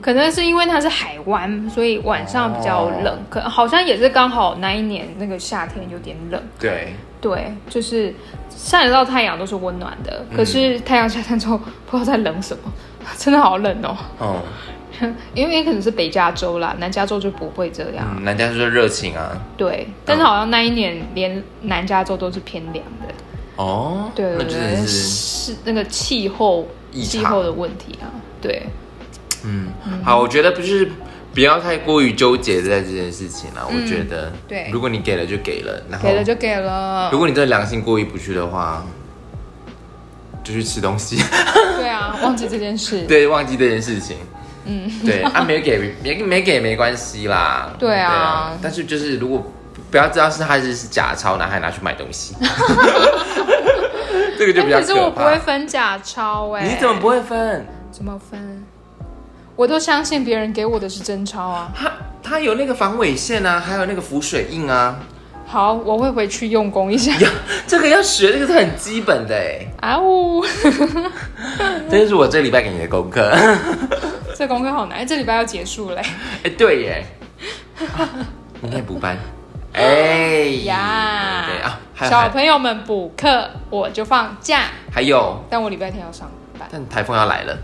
Speaker 2: 可能是因为它是海湾，所以晚上比较
Speaker 1: 哦
Speaker 2: 冷。可好像也是刚好那一年那个夏天有点冷，
Speaker 1: 对，
Speaker 2: 对，就是晒得到太阳都是温暖的，
Speaker 1: 嗯
Speaker 2: 可是太阳下山之后不知道在冷什么， 真的好冷哦。
Speaker 1: 哦，
Speaker 2: 因为可能是北加州啦，南加州就不会这样。
Speaker 1: 嗯，人家说热情啊，
Speaker 2: 对，但是好像那一年连南加州都是偏凉的，
Speaker 1: 哦，
Speaker 2: 对对
Speaker 1: 那真的
Speaker 2: 对，
Speaker 1: 是，
Speaker 2: 是那个气候
Speaker 1: 异常
Speaker 2: 气候的问题啊，对。
Speaker 1: 嗯，好，我觉得不是不要太过于纠结在这件事情了。我觉得，
Speaker 2: 嗯对
Speaker 1: 如果你给了就给了，然后
Speaker 2: 给了就 给了
Speaker 1: 如，果你真的良心过意不去的话，就去吃东西。
Speaker 2: 对啊，忘记这件事。
Speaker 1: 对，忘记这件事情。嗯，对，啊，没给没没给没关系啦。
Speaker 2: 对啊
Speaker 1: 但是就是如果不要知道是他是是假钞，然后还拿去买东 西，这个就比较
Speaker 2: 哎可是我
Speaker 1: 可
Speaker 2: 不会
Speaker 1: 怕。
Speaker 2: 分假钞哎、
Speaker 1: 你怎么不会分？
Speaker 2: 怎么分？我都相信别人给我的是真钞啊。
Speaker 1: 他他有那个防伪线啊，还有那个浮水印 啊，
Speaker 2: 好，我会回去用功 一下。
Speaker 1: 这个要学，这个是很基本的哎。
Speaker 2: 啊呜，
Speaker 1: 这就是我这礼拜给你的功课。
Speaker 2: 这功课好难，哎这礼拜要结束嘞、
Speaker 1: 哎，对耶，啊 明天补班。哎
Speaker 2: 呀
Speaker 1: 对啊，还有
Speaker 2: 小
Speaker 1: 还
Speaker 2: 朋友们补课，我就放假，
Speaker 1: 还有，
Speaker 2: 但我礼拜天要上班。
Speaker 1: 但台风要来了。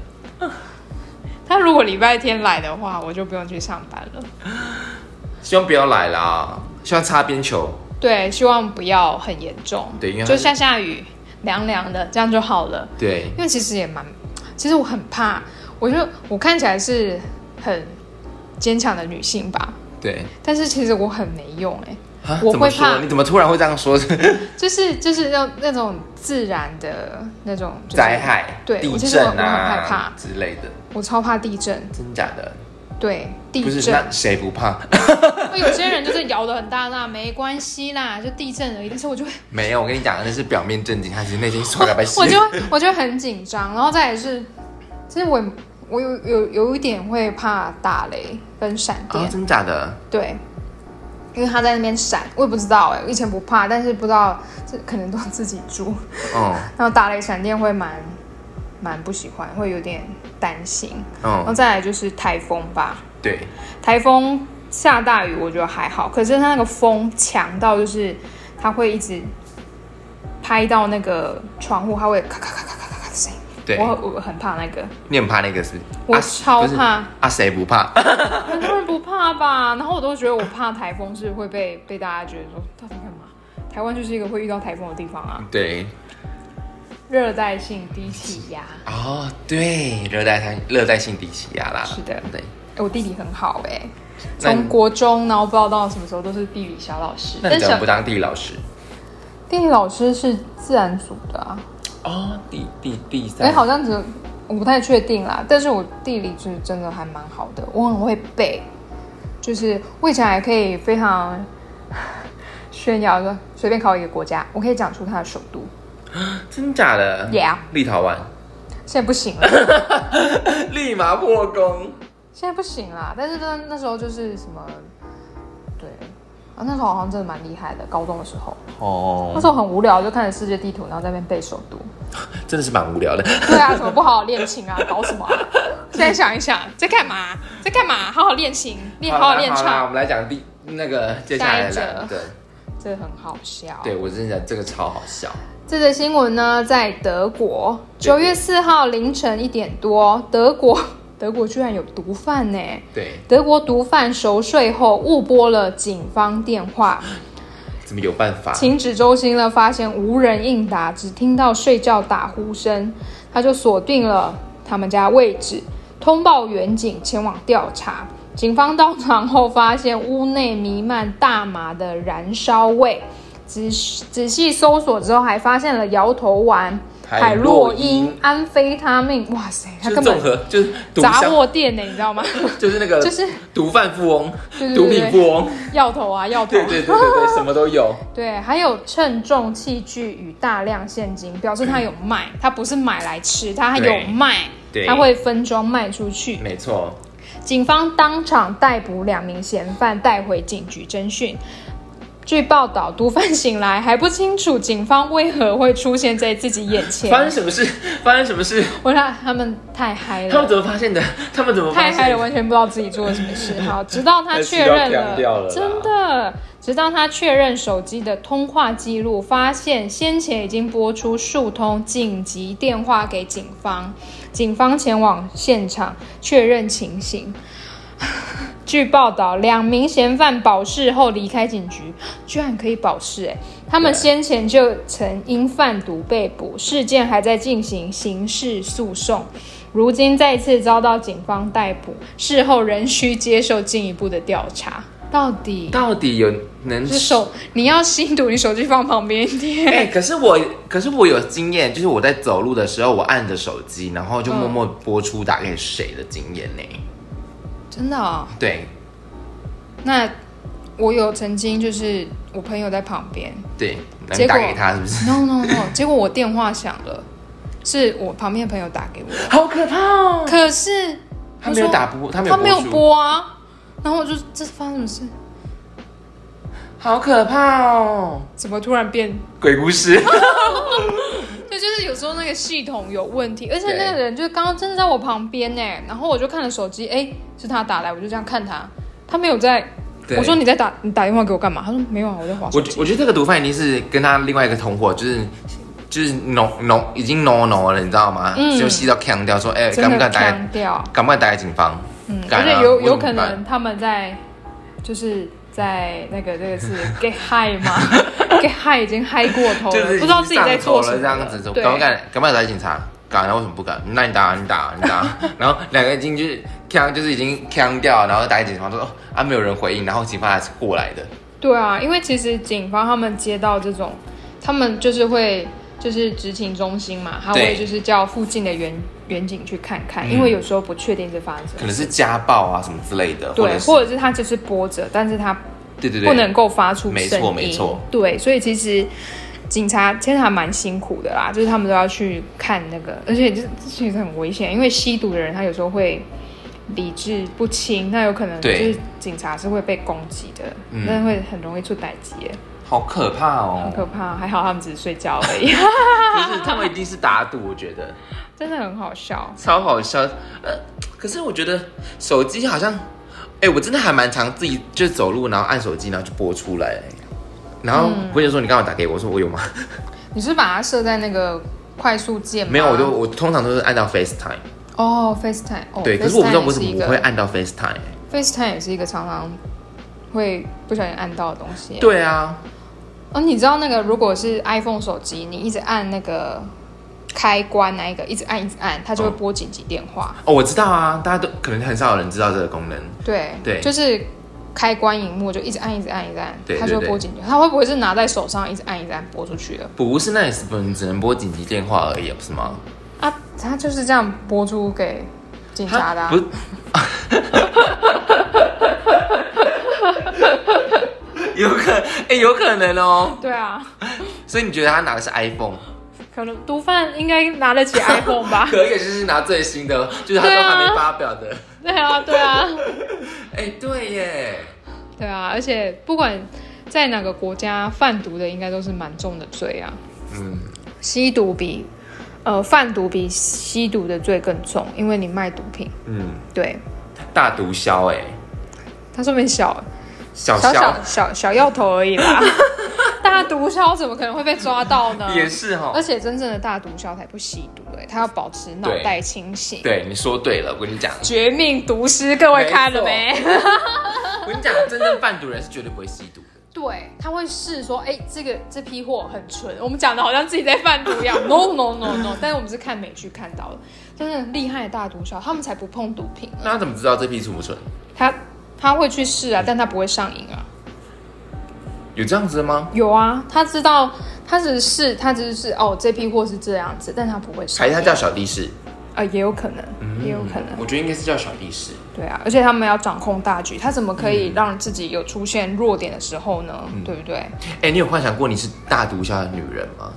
Speaker 2: 他如果礼拜天来的话，我就不用去上班了。
Speaker 1: 希望不要来啊啦，希望擦边球。
Speaker 2: 对，希望不要很严重，
Speaker 1: 对因为它
Speaker 2: 就是下下雨，凉凉的，这样就好了。
Speaker 1: 对，
Speaker 2: 因为其实也蛮，其实我很怕，我就我看起来是很坚强的女性吧，
Speaker 1: 对，
Speaker 2: 但是其实我很没用哎、
Speaker 1: 啊
Speaker 2: 我
Speaker 1: 怎么
Speaker 2: 会怕
Speaker 1: 说？你怎么突然会这样说？
Speaker 2: 就是就是那那种自然的那种就是
Speaker 1: 灾害、
Speaker 2: 对
Speaker 1: 地
Speaker 2: 我其实我
Speaker 1: 震
Speaker 2: 我很害
Speaker 1: 啊
Speaker 2: 怕，
Speaker 1: 之类的，
Speaker 2: 我超怕地震，
Speaker 1: 真假的？
Speaker 2: 对地
Speaker 1: 不是，
Speaker 2: 震，
Speaker 1: 那谁不怕？
Speaker 2: 那有些人就是摇的很大那没关系啦，就地震而已，但是我就会
Speaker 1: 没有，我跟你讲，那是表面震惊，他其实内心说两百
Speaker 2: 我就会我就会很紧张，然后再来是，其实我我有有有一点会怕打雷跟闪电
Speaker 1: 啊，，真假的？
Speaker 2: 对，因为他在那边闪，我也不知道哎、我以前不怕，但是不知道这可能都自己住，
Speaker 1: 嗯
Speaker 2: 然后打雷闪电会蛮蛮不喜欢，会有点担心。然后
Speaker 1: 嗯，
Speaker 2: 再来就是台风吧，
Speaker 1: 对，
Speaker 2: 台风下大雨我觉得还好，可是它那个风强到就是它会一直拍到那个窗户，它会咔咔咔咔咔咔的声音，
Speaker 1: 对
Speaker 2: 我很我很怕那个，
Speaker 1: 你很怕那个是？
Speaker 2: 我
Speaker 1: 啊
Speaker 2: 超
Speaker 1: 不是
Speaker 2: 怕
Speaker 1: 啊，谁不怕？
Speaker 2: 很多人不怕吧？然后我都觉得我怕台风是会被被大家觉得说到底干嘛？台湾就是一个会遇到台风的地方啊，
Speaker 1: 对，
Speaker 2: 热带性低气压。哎
Speaker 1: 哦，对，热带性热带性低气压啦，
Speaker 2: 是的
Speaker 1: 对。
Speaker 2: 哎我地理很好哎、
Speaker 1: 那你
Speaker 2: 从国中然后不知道到什么时候都是地理小老师。
Speaker 1: 那你怎么
Speaker 2: 小
Speaker 1: 不当地理老师？
Speaker 2: 地理老师是自然组的啊？
Speaker 1: 哦，地地地三，
Speaker 2: 哎、好像只有我不太确定啦，但是我地理就是真的还蛮好的，我很会背，就是我以前还可以非常 炫耀说随便考一个国家，我可以讲出它的首都。
Speaker 1: 真假的
Speaker 2: Yeah
Speaker 1: 立陶宛，
Speaker 2: 现在不行了，
Speaker 1: 立马破功。
Speaker 2: 现在不行啦。但是那那时候就是什么，对啊，那时候好像真的蛮厉害的。高中的时候，那
Speaker 1: 哦，
Speaker 2: 时候很无聊，就看着世界地图，然后在那边背首都。
Speaker 1: 真的是蛮无聊 的。
Speaker 2: 对啊，怎么不好好练琴啊？ 搞什么、啊？现在想一想，在干嘛？在干嘛？好好练琴，练好好练
Speaker 1: 啦啦我
Speaker 2: 唱，
Speaker 1: 们来讲第那个接下来
Speaker 2: 下一
Speaker 1: 的，
Speaker 2: 则
Speaker 1: 对，
Speaker 2: 这很好笑。
Speaker 1: 对我真的这个超好笑。
Speaker 2: 这则新闻呢，在德国
Speaker 1: 对
Speaker 2: 九月四号凌晨一点多，德国 德国居然有毒贩呢、
Speaker 1: 对，
Speaker 2: 德国毒贩熟睡后误拨了警方电话，
Speaker 1: 怎么有办法？
Speaker 2: 请指周星呢发现无人应答，只听到睡觉打呼声，他就锁定了他们家位置，通报远警前往调查。警方到场后发现屋内弥漫大麻的燃烧味，仔细仔细搜索之后还发现了摇头丸、海洛因、安非他命，哇塞，他
Speaker 1: 就是
Speaker 2: 根
Speaker 1: 综
Speaker 2: 本
Speaker 1: 合，就是毒
Speaker 2: 杂
Speaker 1: 枭，
Speaker 2: 货店呢，你知道吗？
Speaker 1: 就是那个
Speaker 2: 就是
Speaker 1: 毒贩富翁、
Speaker 2: 对对
Speaker 1: 毒品
Speaker 2: 对对，
Speaker 1: 富翁，
Speaker 2: 药头啊，药头
Speaker 1: 对，对对对对，什么都有。
Speaker 2: 对，还有称重器具与大量现金，表示他有卖，他不是买来吃，他
Speaker 1: 对
Speaker 2: 有卖
Speaker 1: 对，
Speaker 2: 他会分装卖出去。
Speaker 1: 没错，
Speaker 2: 警方当场逮捕两名嫌犯，带回警局侦讯。据报道，毒贩醒来还不清楚警方为何会出现在自己眼前。
Speaker 1: 发生什么事？发生什么事？
Speaker 2: 我让他们太嗨
Speaker 1: 他们
Speaker 2: 了，
Speaker 1: 怎么发现的？他们怎么发
Speaker 2: 太嗨
Speaker 1: 现
Speaker 2: 了，
Speaker 1: 的？
Speaker 2: 完全不知道自己做了什么 事。好，直到他确
Speaker 1: 那
Speaker 2: 认
Speaker 1: 是要强
Speaker 2: 了，
Speaker 1: 调了啦
Speaker 2: 真的，直到他确认手机的通话记录，发现先前已经拨出数通紧急电话给警方，警方前往现场确认情形。 据报道，两名嫌犯保释后离开警局，居然可以保释哎、他们
Speaker 1: 对
Speaker 2: 先前就曾因贩毒被捕，事件还在进行刑事诉讼，如今再次遭到警方逮捕，事后仍需接受进一步的调查。到底
Speaker 1: 到底有能
Speaker 2: 是手你要吸毒，你手机放旁边一点。
Speaker 1: 哎、可是我，可是我有经验，就是我在走路的时候，我按着手机，然
Speaker 2: 嗯
Speaker 1: 后就默默拨出打给谁的经验呢、
Speaker 2: 真的哦，
Speaker 1: 对
Speaker 2: 那我有曾经就是我朋友在旁边，
Speaker 1: 对，那你
Speaker 2: 结果
Speaker 1: 打给他是不 是？
Speaker 2: no no no，结果我电话响了，是我旁边的朋友打给我，
Speaker 1: 好可怕哦！
Speaker 2: 可是
Speaker 1: 他没有
Speaker 2: 我说
Speaker 1: 打不，他没有
Speaker 2: 他没有
Speaker 1: 出，
Speaker 2: 播啊，然后我就这发生什么事？
Speaker 1: 好可怕哦！
Speaker 2: 怎么突然变？
Speaker 1: 鬼故
Speaker 2: 啊
Speaker 1: 事，
Speaker 2: 对，就是有时候那个系统有问题，而且
Speaker 1: 对
Speaker 2: 那个人就是刚刚真的在我旁边呢，然后我就看了手机，哎，是他打来，我就这样看他，他没有在。
Speaker 1: 对
Speaker 2: 我说你在打你打电话给我干嘛？他说没有啊，我在划
Speaker 1: 我
Speaker 2: 手
Speaker 1: 觉
Speaker 2: 机。
Speaker 1: 我觉得这个毒贩一定是跟他另外一个同伙，就是就是浓浓已经浓浓了，你知道吗？
Speaker 2: 嗯
Speaker 1: 就吸到腔掉，说哎、
Speaker 2: 真
Speaker 1: 敢不
Speaker 2: 的
Speaker 1: 敢打给？
Speaker 2: 强调，
Speaker 1: 敢不敢打给警方？
Speaker 2: 嗯，
Speaker 1: 敢
Speaker 2: 而
Speaker 1: 啊
Speaker 2: 且有有
Speaker 1: 我
Speaker 2: 可
Speaker 1: 怎么办
Speaker 2: 能他们在就是在那个这个是 get high 嘛，get high 已经嗨过头
Speaker 1: 就
Speaker 2: 了，
Speaker 1: 是
Speaker 2: 不知道自己在做什么
Speaker 1: 已经上头了这样子，
Speaker 2: 对
Speaker 1: 敢不敢敢不敢打警察？敢，然后为什么不敢？那你打啊，你打啊，你打 啊。然后两个已经就是呛，就是已经呛掉，然后打给警察说哦啊没有人回应，然后警方还是过来的。
Speaker 2: 对啊，因为其实警方他们接到这种，他们就是会就是执勤中心嘛，他
Speaker 1: 对
Speaker 2: 会就是叫附近的远远景去看看，
Speaker 1: 嗯
Speaker 2: 因为有时候不确定是发生什
Speaker 1: 可
Speaker 2: 么
Speaker 1: 能是家暴啊什么之类的，或
Speaker 2: 对，
Speaker 1: 者是
Speaker 2: 或者是他就是波折，但是他
Speaker 1: 对对对，
Speaker 2: 不能够发出声音，
Speaker 1: 没错没错
Speaker 2: 对，所以其实警察其实还蛮辛苦的啦，就是他们都要去看那个，而且这这其实很危险，因为吸毒的人他有时候会理智不清，那有可能就
Speaker 1: 对
Speaker 2: 是警察是会被攻击的，
Speaker 1: 嗯
Speaker 2: 那会很容易出歹击耶，
Speaker 1: 好可怕
Speaker 2: 很
Speaker 1: 哦！
Speaker 2: 可怕。啊还好他们只是睡觉而已，
Speaker 1: 不是，他们一定是打赌，我觉得
Speaker 2: 真的很好笑。
Speaker 1: 超好笑。呃，可是我觉得手机好像，哎、我真的还蛮常自己就是走路，然后按手机，然后就播出来。然后
Speaker 2: 嗯
Speaker 1: 我朋友说：“你刚好打给我。”我说：“我有吗？”
Speaker 2: 你是把它设在那个快速键吗？
Speaker 1: 没有，我就我通常都是按到 FaceTime，、
Speaker 2: 哦，FaceTime 哦，
Speaker 1: 对，可是我不知道
Speaker 2: FaceTime
Speaker 1: 为什
Speaker 2: 也
Speaker 1: 么
Speaker 2: 一
Speaker 1: 我
Speaker 2: 个
Speaker 1: 会按到 FaceTime、欸
Speaker 2: FaceTime 也是一个常常会不小心按到的东西耶。
Speaker 1: 对啊，
Speaker 2: 哦，你知道那个如果是 iPhone 手机，你一直按那个开关那一个，一直按一直按，它就会
Speaker 1: 嗯
Speaker 2: 拨紧急电话。
Speaker 1: 哦，我知道啊，大家都可能很少有人知道这个功能，
Speaker 2: 对
Speaker 1: 对
Speaker 2: 就是开关荧幕就一直按一直按一直按，
Speaker 1: 对
Speaker 2: 它就
Speaker 1: 对
Speaker 2: 会拨紧急。它会不会是拿在手上一直按一直按拨出去的？
Speaker 1: 不是那也是不能只能拨紧急电话而已，不是吗？
Speaker 2: 啊，它就是这样拨出给警察的、啊
Speaker 1: 不。 是。 有可哎、有可能哦，
Speaker 2: 对啊，
Speaker 1: 所以你觉得他拿的是 iPhone，
Speaker 2: 可能毒贩应该拿得起 iPhone 吧？
Speaker 1: 可以就是拿最新的，就是他都还没发表的。
Speaker 2: 对啊，对啊，
Speaker 1: 哎、对耶，
Speaker 2: 对啊，而且不管在哪个国家，贩毒的应该都是蛮重的罪啊。
Speaker 1: 嗯，
Speaker 2: 吸毒比呃贩毒比吸毒的罪更重，因为你卖毒品。
Speaker 1: 嗯，
Speaker 2: 对，
Speaker 1: 大毒枭哎、
Speaker 2: 他说明小
Speaker 1: 小
Speaker 2: 小
Speaker 1: 枭
Speaker 2: 小小小药头而 已啦，大毒枭怎么可能会被抓到呢？
Speaker 1: 也是哦哈、
Speaker 2: 而且真正的大毒枭才不吸毒哎、他要保持脑袋清醒。
Speaker 1: 对，你说对了，我跟你讲，
Speaker 2: 绝命毒师，各位看了没？
Speaker 1: 我跟你讲，真正贩毒人是绝对不会吸毒的。
Speaker 2: 对，他会试说，哎、这个这批货很纯，我们讲的好像自己在贩毒一 样。no no no no，但是我们是看美剧看到的，真的厉害的大毒枭，他们才不碰毒品。
Speaker 1: 那他怎么知道这批纯不纯？
Speaker 2: 他他会去试啊，但他不会上瘾啊。
Speaker 1: 有这样子的吗？
Speaker 2: 有啊，他知道他只是他只是哦，这批货是这样子，但他不会上
Speaker 1: 还
Speaker 2: 面。
Speaker 1: 是他叫小力士？
Speaker 2: 呃，也有可能，也有可能。
Speaker 1: 我觉得应该是叫小力士。
Speaker 2: 对啊，而且他们要掌控大局，他怎么可
Speaker 1: 嗯
Speaker 2: 以让自己有出现弱点的时候呢？对不对？
Speaker 1: 哎、你有幻想过你是大毒枭的女人吗？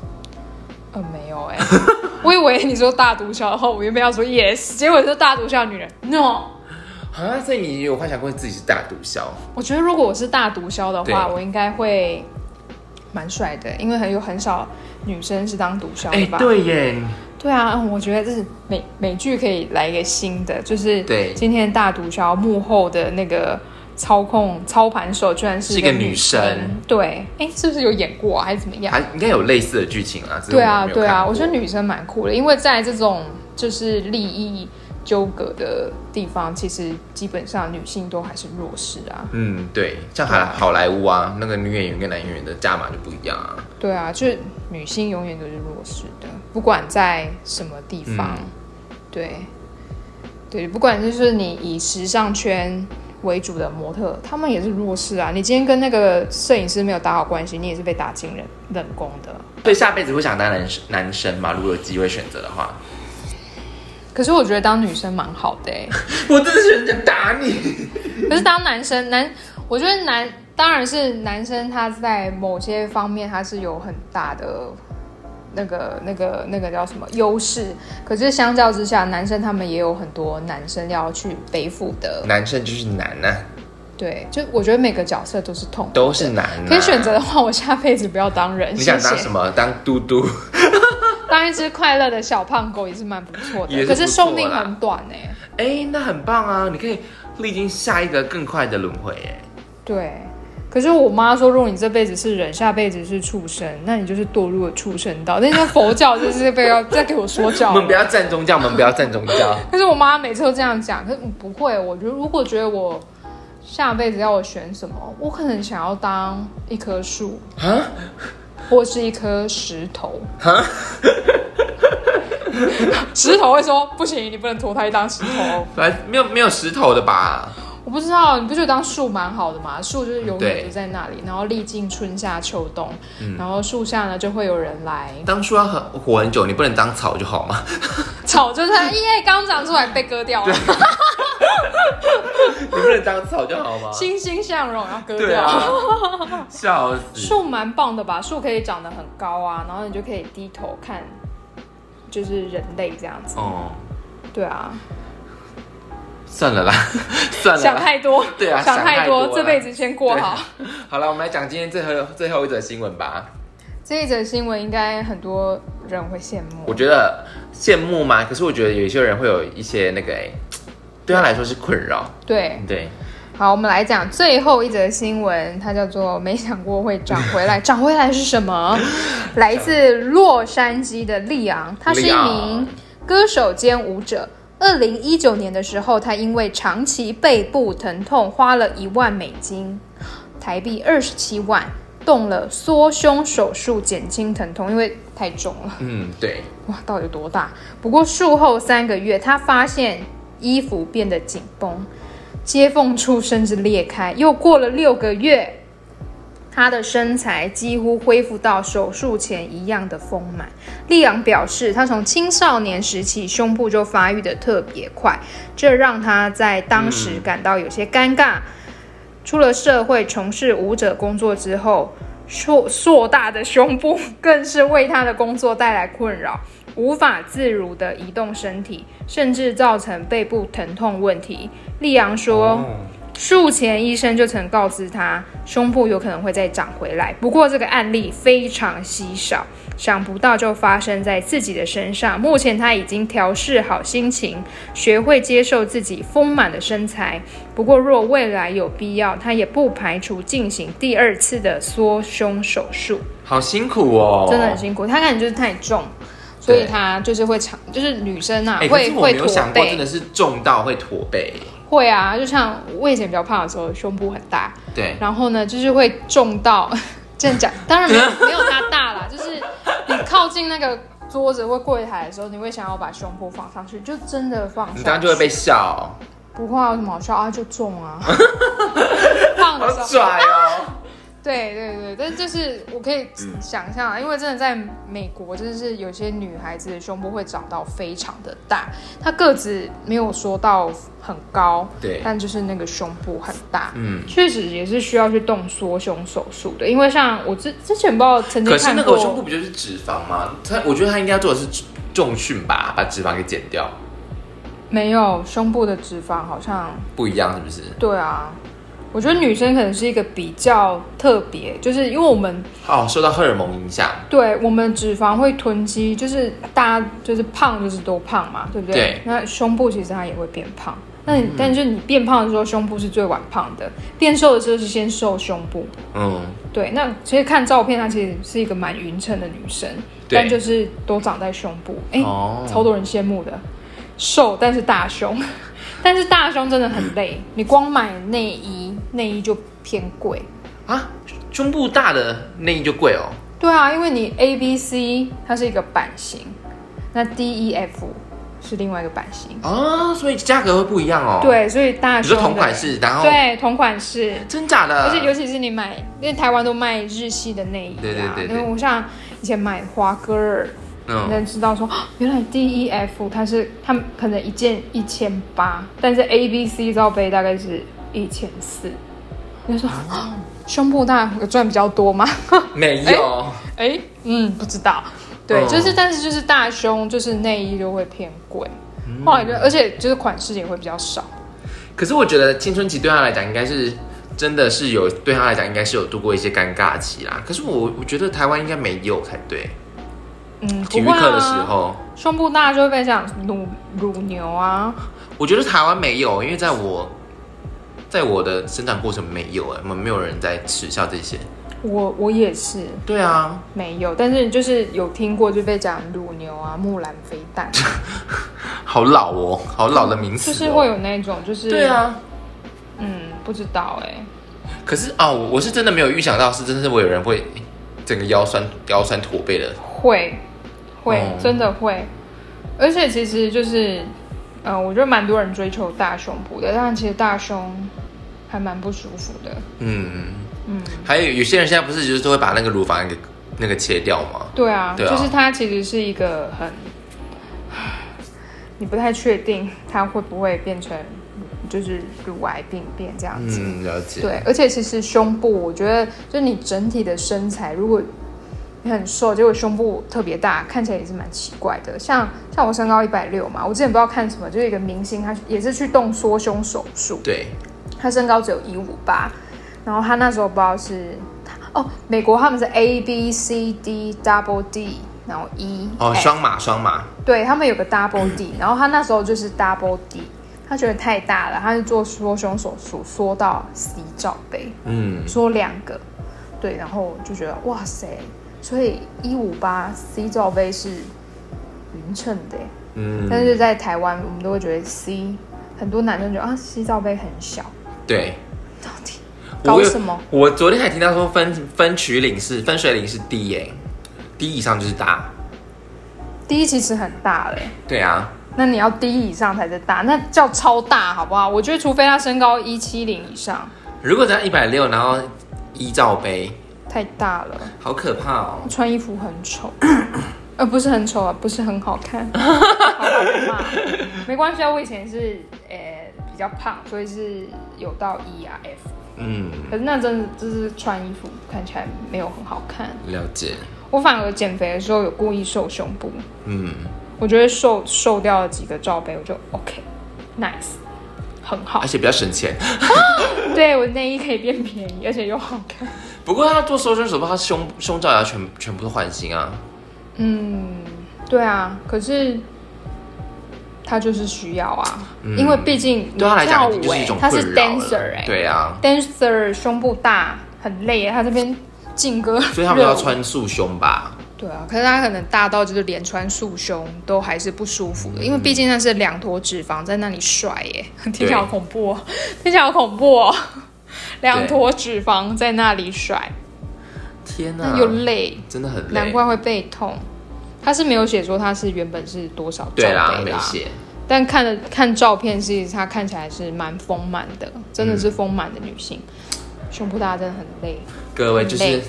Speaker 2: 呃，没有哎、 我以为你说大毒枭，然后我原本要说 yes，结果你说大毒枭女人 no。
Speaker 1: 啊，所以你有幻想过自己是大毒枭？
Speaker 2: 我觉得如果我是大毒枭的话，
Speaker 1: 对
Speaker 2: 我应该会蛮帅的，因为很有很少女生是当毒枭
Speaker 1: 哎、
Speaker 2: 的吧？
Speaker 1: 对耶，
Speaker 2: 对啊，嗯我觉得这是美美剧可以来一个新的，就是
Speaker 1: 对
Speaker 2: 今天大毒枭幕后的那个操控操盘手居然是
Speaker 1: 是一
Speaker 2: 个
Speaker 1: 个女
Speaker 2: 生
Speaker 1: 生，
Speaker 2: 对，哎，是不是有演过啊，还是怎么样？
Speaker 1: 还应该有类似的剧情啊。只是
Speaker 2: 对啊，
Speaker 1: 我没有
Speaker 2: 对啊，
Speaker 1: 看
Speaker 2: 我
Speaker 1: 过
Speaker 2: 觉得女生蛮酷的，因为在这种就是利益纠葛的地方，其实基本上女性都还是弱势啊。
Speaker 1: 嗯，对，像好好莱坞啊，那个女演员跟男演员的价码就不一样啊。
Speaker 2: 对啊，就是女性永远都是弱势的，不管在什么地方，对，对，不管就是你以时尚圈为主的模特，她们也是弱势啊。你今天跟那个摄影师没有打好关系，你也是被打进冷冷宫的。
Speaker 1: 所以下辈子会想当男生男生吗？如果有机会选择的话，
Speaker 2: 可是我觉得当女生蛮好的、欸，
Speaker 1: 我真的是想打你。
Speaker 2: 可是当男生男，我觉得男当然是男生，他在某些方面他是有很大的那个那个那个叫什么优势。可是相较之下，男生他们也有很多男生要去背负的。
Speaker 1: 男生就是难呐、啊，
Speaker 2: 对，就我觉得每个角色都是痛。
Speaker 1: 都是难、啊。
Speaker 2: 可以选择的话，我下辈子不要当人，
Speaker 1: 你
Speaker 2: 谢
Speaker 1: 想当
Speaker 2: 谢
Speaker 1: 什。么？当嘟嘟？
Speaker 2: 当一只快乐的小胖狗也是蛮不错的，
Speaker 1: 也是
Speaker 2: 可是
Speaker 1: 不错
Speaker 2: 寿命
Speaker 1: 啦
Speaker 2: 很短哎、
Speaker 1: 哎、那很棒啊！你可以历经下一个更快的轮回哎。
Speaker 2: 对，可是我妈说，如果你这辈子是人，下辈子是畜生，那你就是堕入了畜生道。那像佛教就是被要再给我说教
Speaker 1: 我们不
Speaker 2: 了。
Speaker 1: 要站宗教，我们不要站宗教。
Speaker 2: 可是我妈每次都这样讲，可是不会。我觉得如果觉得我下辈子要我选什么，我可能想要当一棵树
Speaker 1: 啊，
Speaker 2: 或是一颗石头。 石头会说不行，你不能投胎当石头。
Speaker 1: 反 没有没有石头的吧？
Speaker 2: 我不知道，你不觉得当树蛮好的吗？树就是永
Speaker 1: 嗯对嗯
Speaker 2: 远就在那里，然后历尽春夏秋冬，然后树下呢就会有人来
Speaker 1: 当初要很活很久，你不能当草就好吗？
Speaker 2: 草，就是它耶，刚长出来被割掉 了，
Speaker 1: 啊你不能当草就好吗？
Speaker 2: 欣欣向荣，然后割
Speaker 1: 对
Speaker 2: 掉。
Speaker 1: 啊， 笑死！
Speaker 2: 树蛮棒的吧？树可以长得很高啊，然后你就可以低头看，就是人类这样子。
Speaker 1: 哦，
Speaker 2: 对啊，
Speaker 1: 算了啦， 算了
Speaker 2: 想
Speaker 1: 啦。
Speaker 2: 太多，
Speaker 1: 对啊
Speaker 2: 想
Speaker 1: 想太
Speaker 2: 太
Speaker 1: 多了
Speaker 2: 这辈子先过好。
Speaker 1: 好了，我们来讲今天最后最后一则新闻吧。
Speaker 2: 这一则新闻应该很多人会羡慕。
Speaker 1: 我觉得羡慕吗？可是我觉得有些人会有一些那个、哎，对他来说是困扰。
Speaker 2: 对，
Speaker 1: 对，
Speaker 2: 好，我们来讲最后一则新闻，它叫做“没想过会涨回来”。涨回来是什么？来自洛杉矶的利昂，他是一名歌手兼舞者。二零一九年的时候，他因为长期背部疼痛，花了一万美金，台币二十七万，动了缩胸手术减轻疼痛，因为太重了。
Speaker 1: 嗯，对，
Speaker 2: 哇，到底有多大？不过术后三个月，他发现衣服变得紧绷，接缝处甚至裂开。又过了六个月，他的身材几乎恢复到手术前一样的丰满。利昂表示，他从青少年时期胸部就发育的特别快，这让他在当时感到有些尴尬。出了社会，从事舞者工作之后，硕硕大的胸部更是为他的工作带来困扰，无法自如的移动身体，甚至造成背部疼痛问题。利昂说。
Speaker 1: 哦
Speaker 2: 术前医生就曾告知他，胸部有可能会再长回来。不过这个案例非常稀少，想不到就发生在自己的身上。目前他已经调试好心情，学会接受自己丰满的身材。不过若未来有必要，他也不排除进行第二次的缩胸手术。
Speaker 1: 好辛苦哦，
Speaker 2: 真的很辛苦，他可能就是太重，所以
Speaker 1: 对
Speaker 2: 他就是会长，就是女生啊、
Speaker 1: 哎、可
Speaker 2: 会
Speaker 1: 是我没
Speaker 2: 会
Speaker 1: 有
Speaker 2: 驼
Speaker 1: 想过，真
Speaker 2: 背
Speaker 1: 的，是重到会驼背。
Speaker 2: 会啊，就像我以前比较胖的时候，胸部很大。
Speaker 1: 对，
Speaker 2: 然后呢，就是会中到， 这样讲，当然没有没有它大啦，就是你靠近那个桌子或柜台的时候，你会想要把胸部放上去，就真的放上
Speaker 1: 你
Speaker 2: 去。
Speaker 1: 刚刚就会被笑，
Speaker 2: 不会啊，有什么好笑啊？就中啊，胖
Speaker 1: 好
Speaker 2: 的时候。
Speaker 1: 拽哦。
Speaker 2: 对对对，但是就是我可以
Speaker 1: 嗯
Speaker 2: 想象啊，因为真的在美国，真的是有些女孩子的胸部会长到非常的大，她个子没有说到很高，
Speaker 1: 对
Speaker 2: 但就是那个胸部很大，
Speaker 1: 嗯，
Speaker 2: 确实也是需要去动缩胸手术的，因为像我之之前不知道曾经
Speaker 1: 可是
Speaker 2: 看
Speaker 1: 那
Speaker 2: 过，
Speaker 1: 个胸部不就是脂肪吗？他我觉得他应该做的是重训吧，把脂肪给减掉，
Speaker 2: 没有胸部的脂肪好像
Speaker 1: 不一样是不是？
Speaker 2: 对啊，我觉得女生可能是一个比较特别，就是因为我们
Speaker 1: 哦，受到荷尔蒙影响，
Speaker 2: 对我们脂肪会囤积，就是大家就是胖就是都胖嘛，对不对？
Speaker 1: 对嗯
Speaker 2: 那胸部其实它也会变胖，那你、但是你变胖的时候，胸部是最晚胖的，变瘦的时候是先瘦胸部。
Speaker 1: 嗯，
Speaker 2: 对，那其实看照片，她其实是一个蛮匀称的女生，
Speaker 1: 对
Speaker 2: 但就是都长在胸部，哎、
Speaker 1: 哦
Speaker 2: 超多人羡慕的，瘦但是大胸， 但是大胸真的很累，你光买内衣，内衣就偏贵。
Speaker 1: 啊，胸部大的内衣就贵哦，
Speaker 2: 对啊，因为你 A B C 它是一个版型，那 D E F 是另外一个版型。
Speaker 1: 啊，所以价格会不一样哦。，
Speaker 2: 对，所以大
Speaker 1: 你说
Speaker 2: 胸的
Speaker 1: 同款式，然后呃
Speaker 2: 对同款式，
Speaker 1: 真假的，
Speaker 2: 而且尤其是你买，因为台湾都卖日系的内衣啊，
Speaker 1: 对对对对
Speaker 2: 因为我像以前买华歌尔，你
Speaker 1: 嗯，
Speaker 2: 能知道说， 啊原来 D E F 它是它可能一件一千八，但是 A B C 罩杯大概是一千四，你就说、
Speaker 1: 哦
Speaker 2: 啊 胸部大有赚比较多吗？
Speaker 1: 没有，
Speaker 2: 哎，嗯，不知道。对，
Speaker 1: 嗯
Speaker 2: 就是但是就是大胸，就是内衣就会偏贵。
Speaker 1: 嗯
Speaker 2: 后来就而且就是款式也会比较少。
Speaker 1: 可是我觉得青春期对他来讲，应该是真的是有对他来讲，应该是有度过一些尴尬期啦。可是我我觉得台湾应该没有才对，
Speaker 2: 嗯，
Speaker 1: 体育
Speaker 2: 不会啊
Speaker 1: 课的时，候，
Speaker 2: 胸部大就会被讲乳乳牛啊。
Speaker 1: 我觉得台湾没有，因为在我在我的生长过程没有、哎，我们没有人在耻笑这些。
Speaker 2: 我我也是
Speaker 1: 对啊，
Speaker 2: 没有，但是就是有听过就被讲乳牛啊、木兰飞弹，
Speaker 1: 好老哦，好老的名词、
Speaker 2: 就
Speaker 1: 哦，
Speaker 2: 是会有那种就是
Speaker 1: 对，啊。
Speaker 2: 嗯，不知道哎、
Speaker 1: 可是哦，我是真的没有预想到，是真的是我有人会哎整个腰酸腰酸驼背的，
Speaker 2: 会，会，
Speaker 1: 哦
Speaker 2: 真的会。而且其实就是，呃，我觉得蛮多人追求大胸部的，但其实大胸还蛮不舒服的。
Speaker 1: 嗯，
Speaker 2: 嗯，
Speaker 1: 还有有些人现在不是就是都会把那个乳房给那个切掉吗？
Speaker 2: 对啊，
Speaker 1: 对啊
Speaker 2: 就是它其实是一个很， 你不太确定它会不会变成就是乳癌病变这样子。
Speaker 1: 嗯，了解。
Speaker 2: 对，而且其实胸部，我觉得就是你整体的身材，如果你很瘦，结果胸部特别大，看起来也是蛮奇怪的。像像我身高一百六嘛，我之前不知道看什么，就是一个明星，他也是去动缩胸手术，
Speaker 1: 对，
Speaker 2: 他身高只有一五八，然后他那时候不知道是哦，美国他们是 A B C D double D，然后 E
Speaker 1: 哦，
Speaker 2: F
Speaker 1: 双马双马，
Speaker 2: 对他们有个 double D，然后他那时候就是 double D，他觉得太大了，他就做缩胸手术，缩到 C 罩杯，
Speaker 1: 嗯，
Speaker 2: 缩两个，对，然后就觉得哇塞，所以一五八 C 罩杯是匀称的耶，
Speaker 1: 嗯
Speaker 2: 但是在台湾我们都会觉得 C，很多男生觉得啊 C 罩杯很小，
Speaker 1: 对。
Speaker 2: 到底
Speaker 1: 我
Speaker 2: 搞
Speaker 1: 有
Speaker 2: 什么？？
Speaker 1: 我昨天还听到说分分曲岭是分水岭是 D 耶、d 以上就是大。
Speaker 2: 第一其实很大嘞。
Speaker 1: 对啊，
Speaker 2: 那你要低以上才是大，那叫超大，好不好？我觉得除非他身高一七零以上，
Speaker 1: 如果只要一百六，然后一罩杯，
Speaker 2: 太大了。
Speaker 1: 好可怕哦。
Speaker 2: 穿衣服很丑， 呃，不是很丑啊，不是很好看，好好骂，没关系啊，我以前是呃比较胖，所以是有到 E 啊 F，
Speaker 1: 嗯，
Speaker 2: 可是那真的就是穿衣服看起来没有很好看。
Speaker 1: 了解。
Speaker 2: 我反而减肥的时候有故意瘦胸部，
Speaker 1: 嗯，
Speaker 2: 我觉得瘦瘦掉了几个罩杯，我就 OK，nice，、很好
Speaker 1: 而。且比较省钱。
Speaker 2: 对我内衣可以变便宜，而且又好看。
Speaker 1: 不过他做瘦身手术，他胸胸罩也要全全部都换新啊。
Speaker 2: 嗯，对啊，可是他就是需要啊，因为毕竟你
Speaker 1: 嗯对他来
Speaker 2: 跳
Speaker 1: 讲，
Speaker 2: 舞
Speaker 1: 就是
Speaker 2: 哎、
Speaker 1: 一种
Speaker 2: 他
Speaker 1: 困
Speaker 2: 是
Speaker 1: 扰了
Speaker 2: dancer 哎、
Speaker 1: 对啊，
Speaker 2: dancer 胸部大很累、哎他这边劲 歌，
Speaker 1: 所以他们要。穿束胸吧。
Speaker 2: 对啊，可是他可能大到就是连穿束胸都还是不舒服的，
Speaker 1: 嗯
Speaker 2: 因为毕竟那是两坨脂肪在那里甩 耶、听起来好恐怖、哦， 听起来好恐怖哦， 两坨脂肪在那里甩，
Speaker 1: 天哪、
Speaker 2: 那又累。
Speaker 1: 真的很累。
Speaker 2: 难怪会背痛。他是没有写说他是原本是多少罩
Speaker 1: 对
Speaker 2: 杯
Speaker 1: 啦，
Speaker 2: 啦，
Speaker 1: 没写。
Speaker 2: 但看
Speaker 1: 嗯
Speaker 2: 了看照片是，她看起来是蛮丰满的，真的是丰满的女性。胸部大真的很累，
Speaker 1: 各位就是
Speaker 2: 累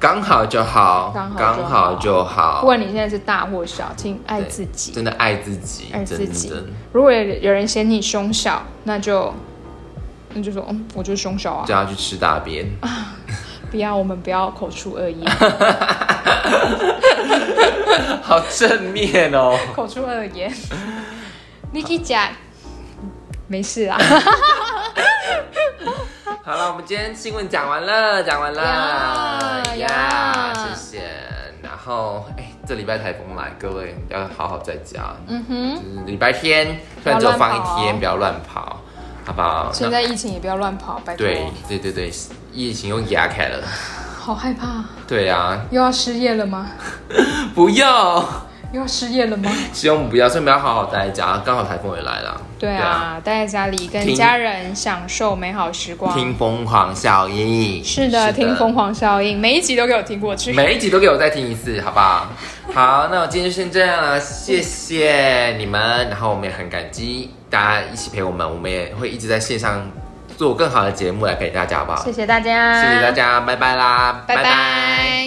Speaker 1: 刚好就好，
Speaker 2: 刚好就好
Speaker 1: 刚好就好。
Speaker 2: 不管你现在是大或小，请爱
Speaker 1: 对
Speaker 2: 自己。
Speaker 1: 真的爱自己，
Speaker 2: 爱自己
Speaker 1: 真的
Speaker 2: 如果有人嫌你胸小，那就那就说，嗯，我就是胸小啊
Speaker 1: 就，要去吃大便。
Speaker 2: 不要，我们不要口出恶言，
Speaker 1: 好正面哦，
Speaker 2: 口出恶 言。你可以讲，没事 啊。
Speaker 1: 好了，我们今天新闻讲完了，讲完了，
Speaker 2: 呀
Speaker 1: 呀
Speaker 2: 呀，
Speaker 1: 谢谢。然后，哎，这礼拜台风来，各位要好好在家。嗯哼，就是礼拜天，虽然只有放一天，不要乱跑，好不好？
Speaker 2: 现在疫情也不要乱跑，拜
Speaker 1: 那
Speaker 2: 托。
Speaker 1: 对对对对，疫情又压开了。
Speaker 2: 好害怕，
Speaker 1: 对啊，
Speaker 2: 又要失业了吗？
Speaker 1: 不要，
Speaker 2: 又要失业了吗？
Speaker 1: 希望不要，所以我们要好好待在家。刚好台风也来了，
Speaker 2: 对啊，待在家里跟
Speaker 1: 听
Speaker 2: 家人享受美好时
Speaker 1: 对啊，
Speaker 2: 光。
Speaker 1: 听疯狂效应。
Speaker 2: 是的，听疯狂效应，每一集都给我听过去。
Speaker 1: 每一集都给我再听一次，好不好？好，那我今天就先这样了，谢谢你们，然后我们也很感激大家一起陪我们，我们也会一直在线上做更好的节目来陪大家，好不好？
Speaker 2: 谢谢大家，
Speaker 1: 谢谢大，家，拜拜啦，
Speaker 2: 拜拜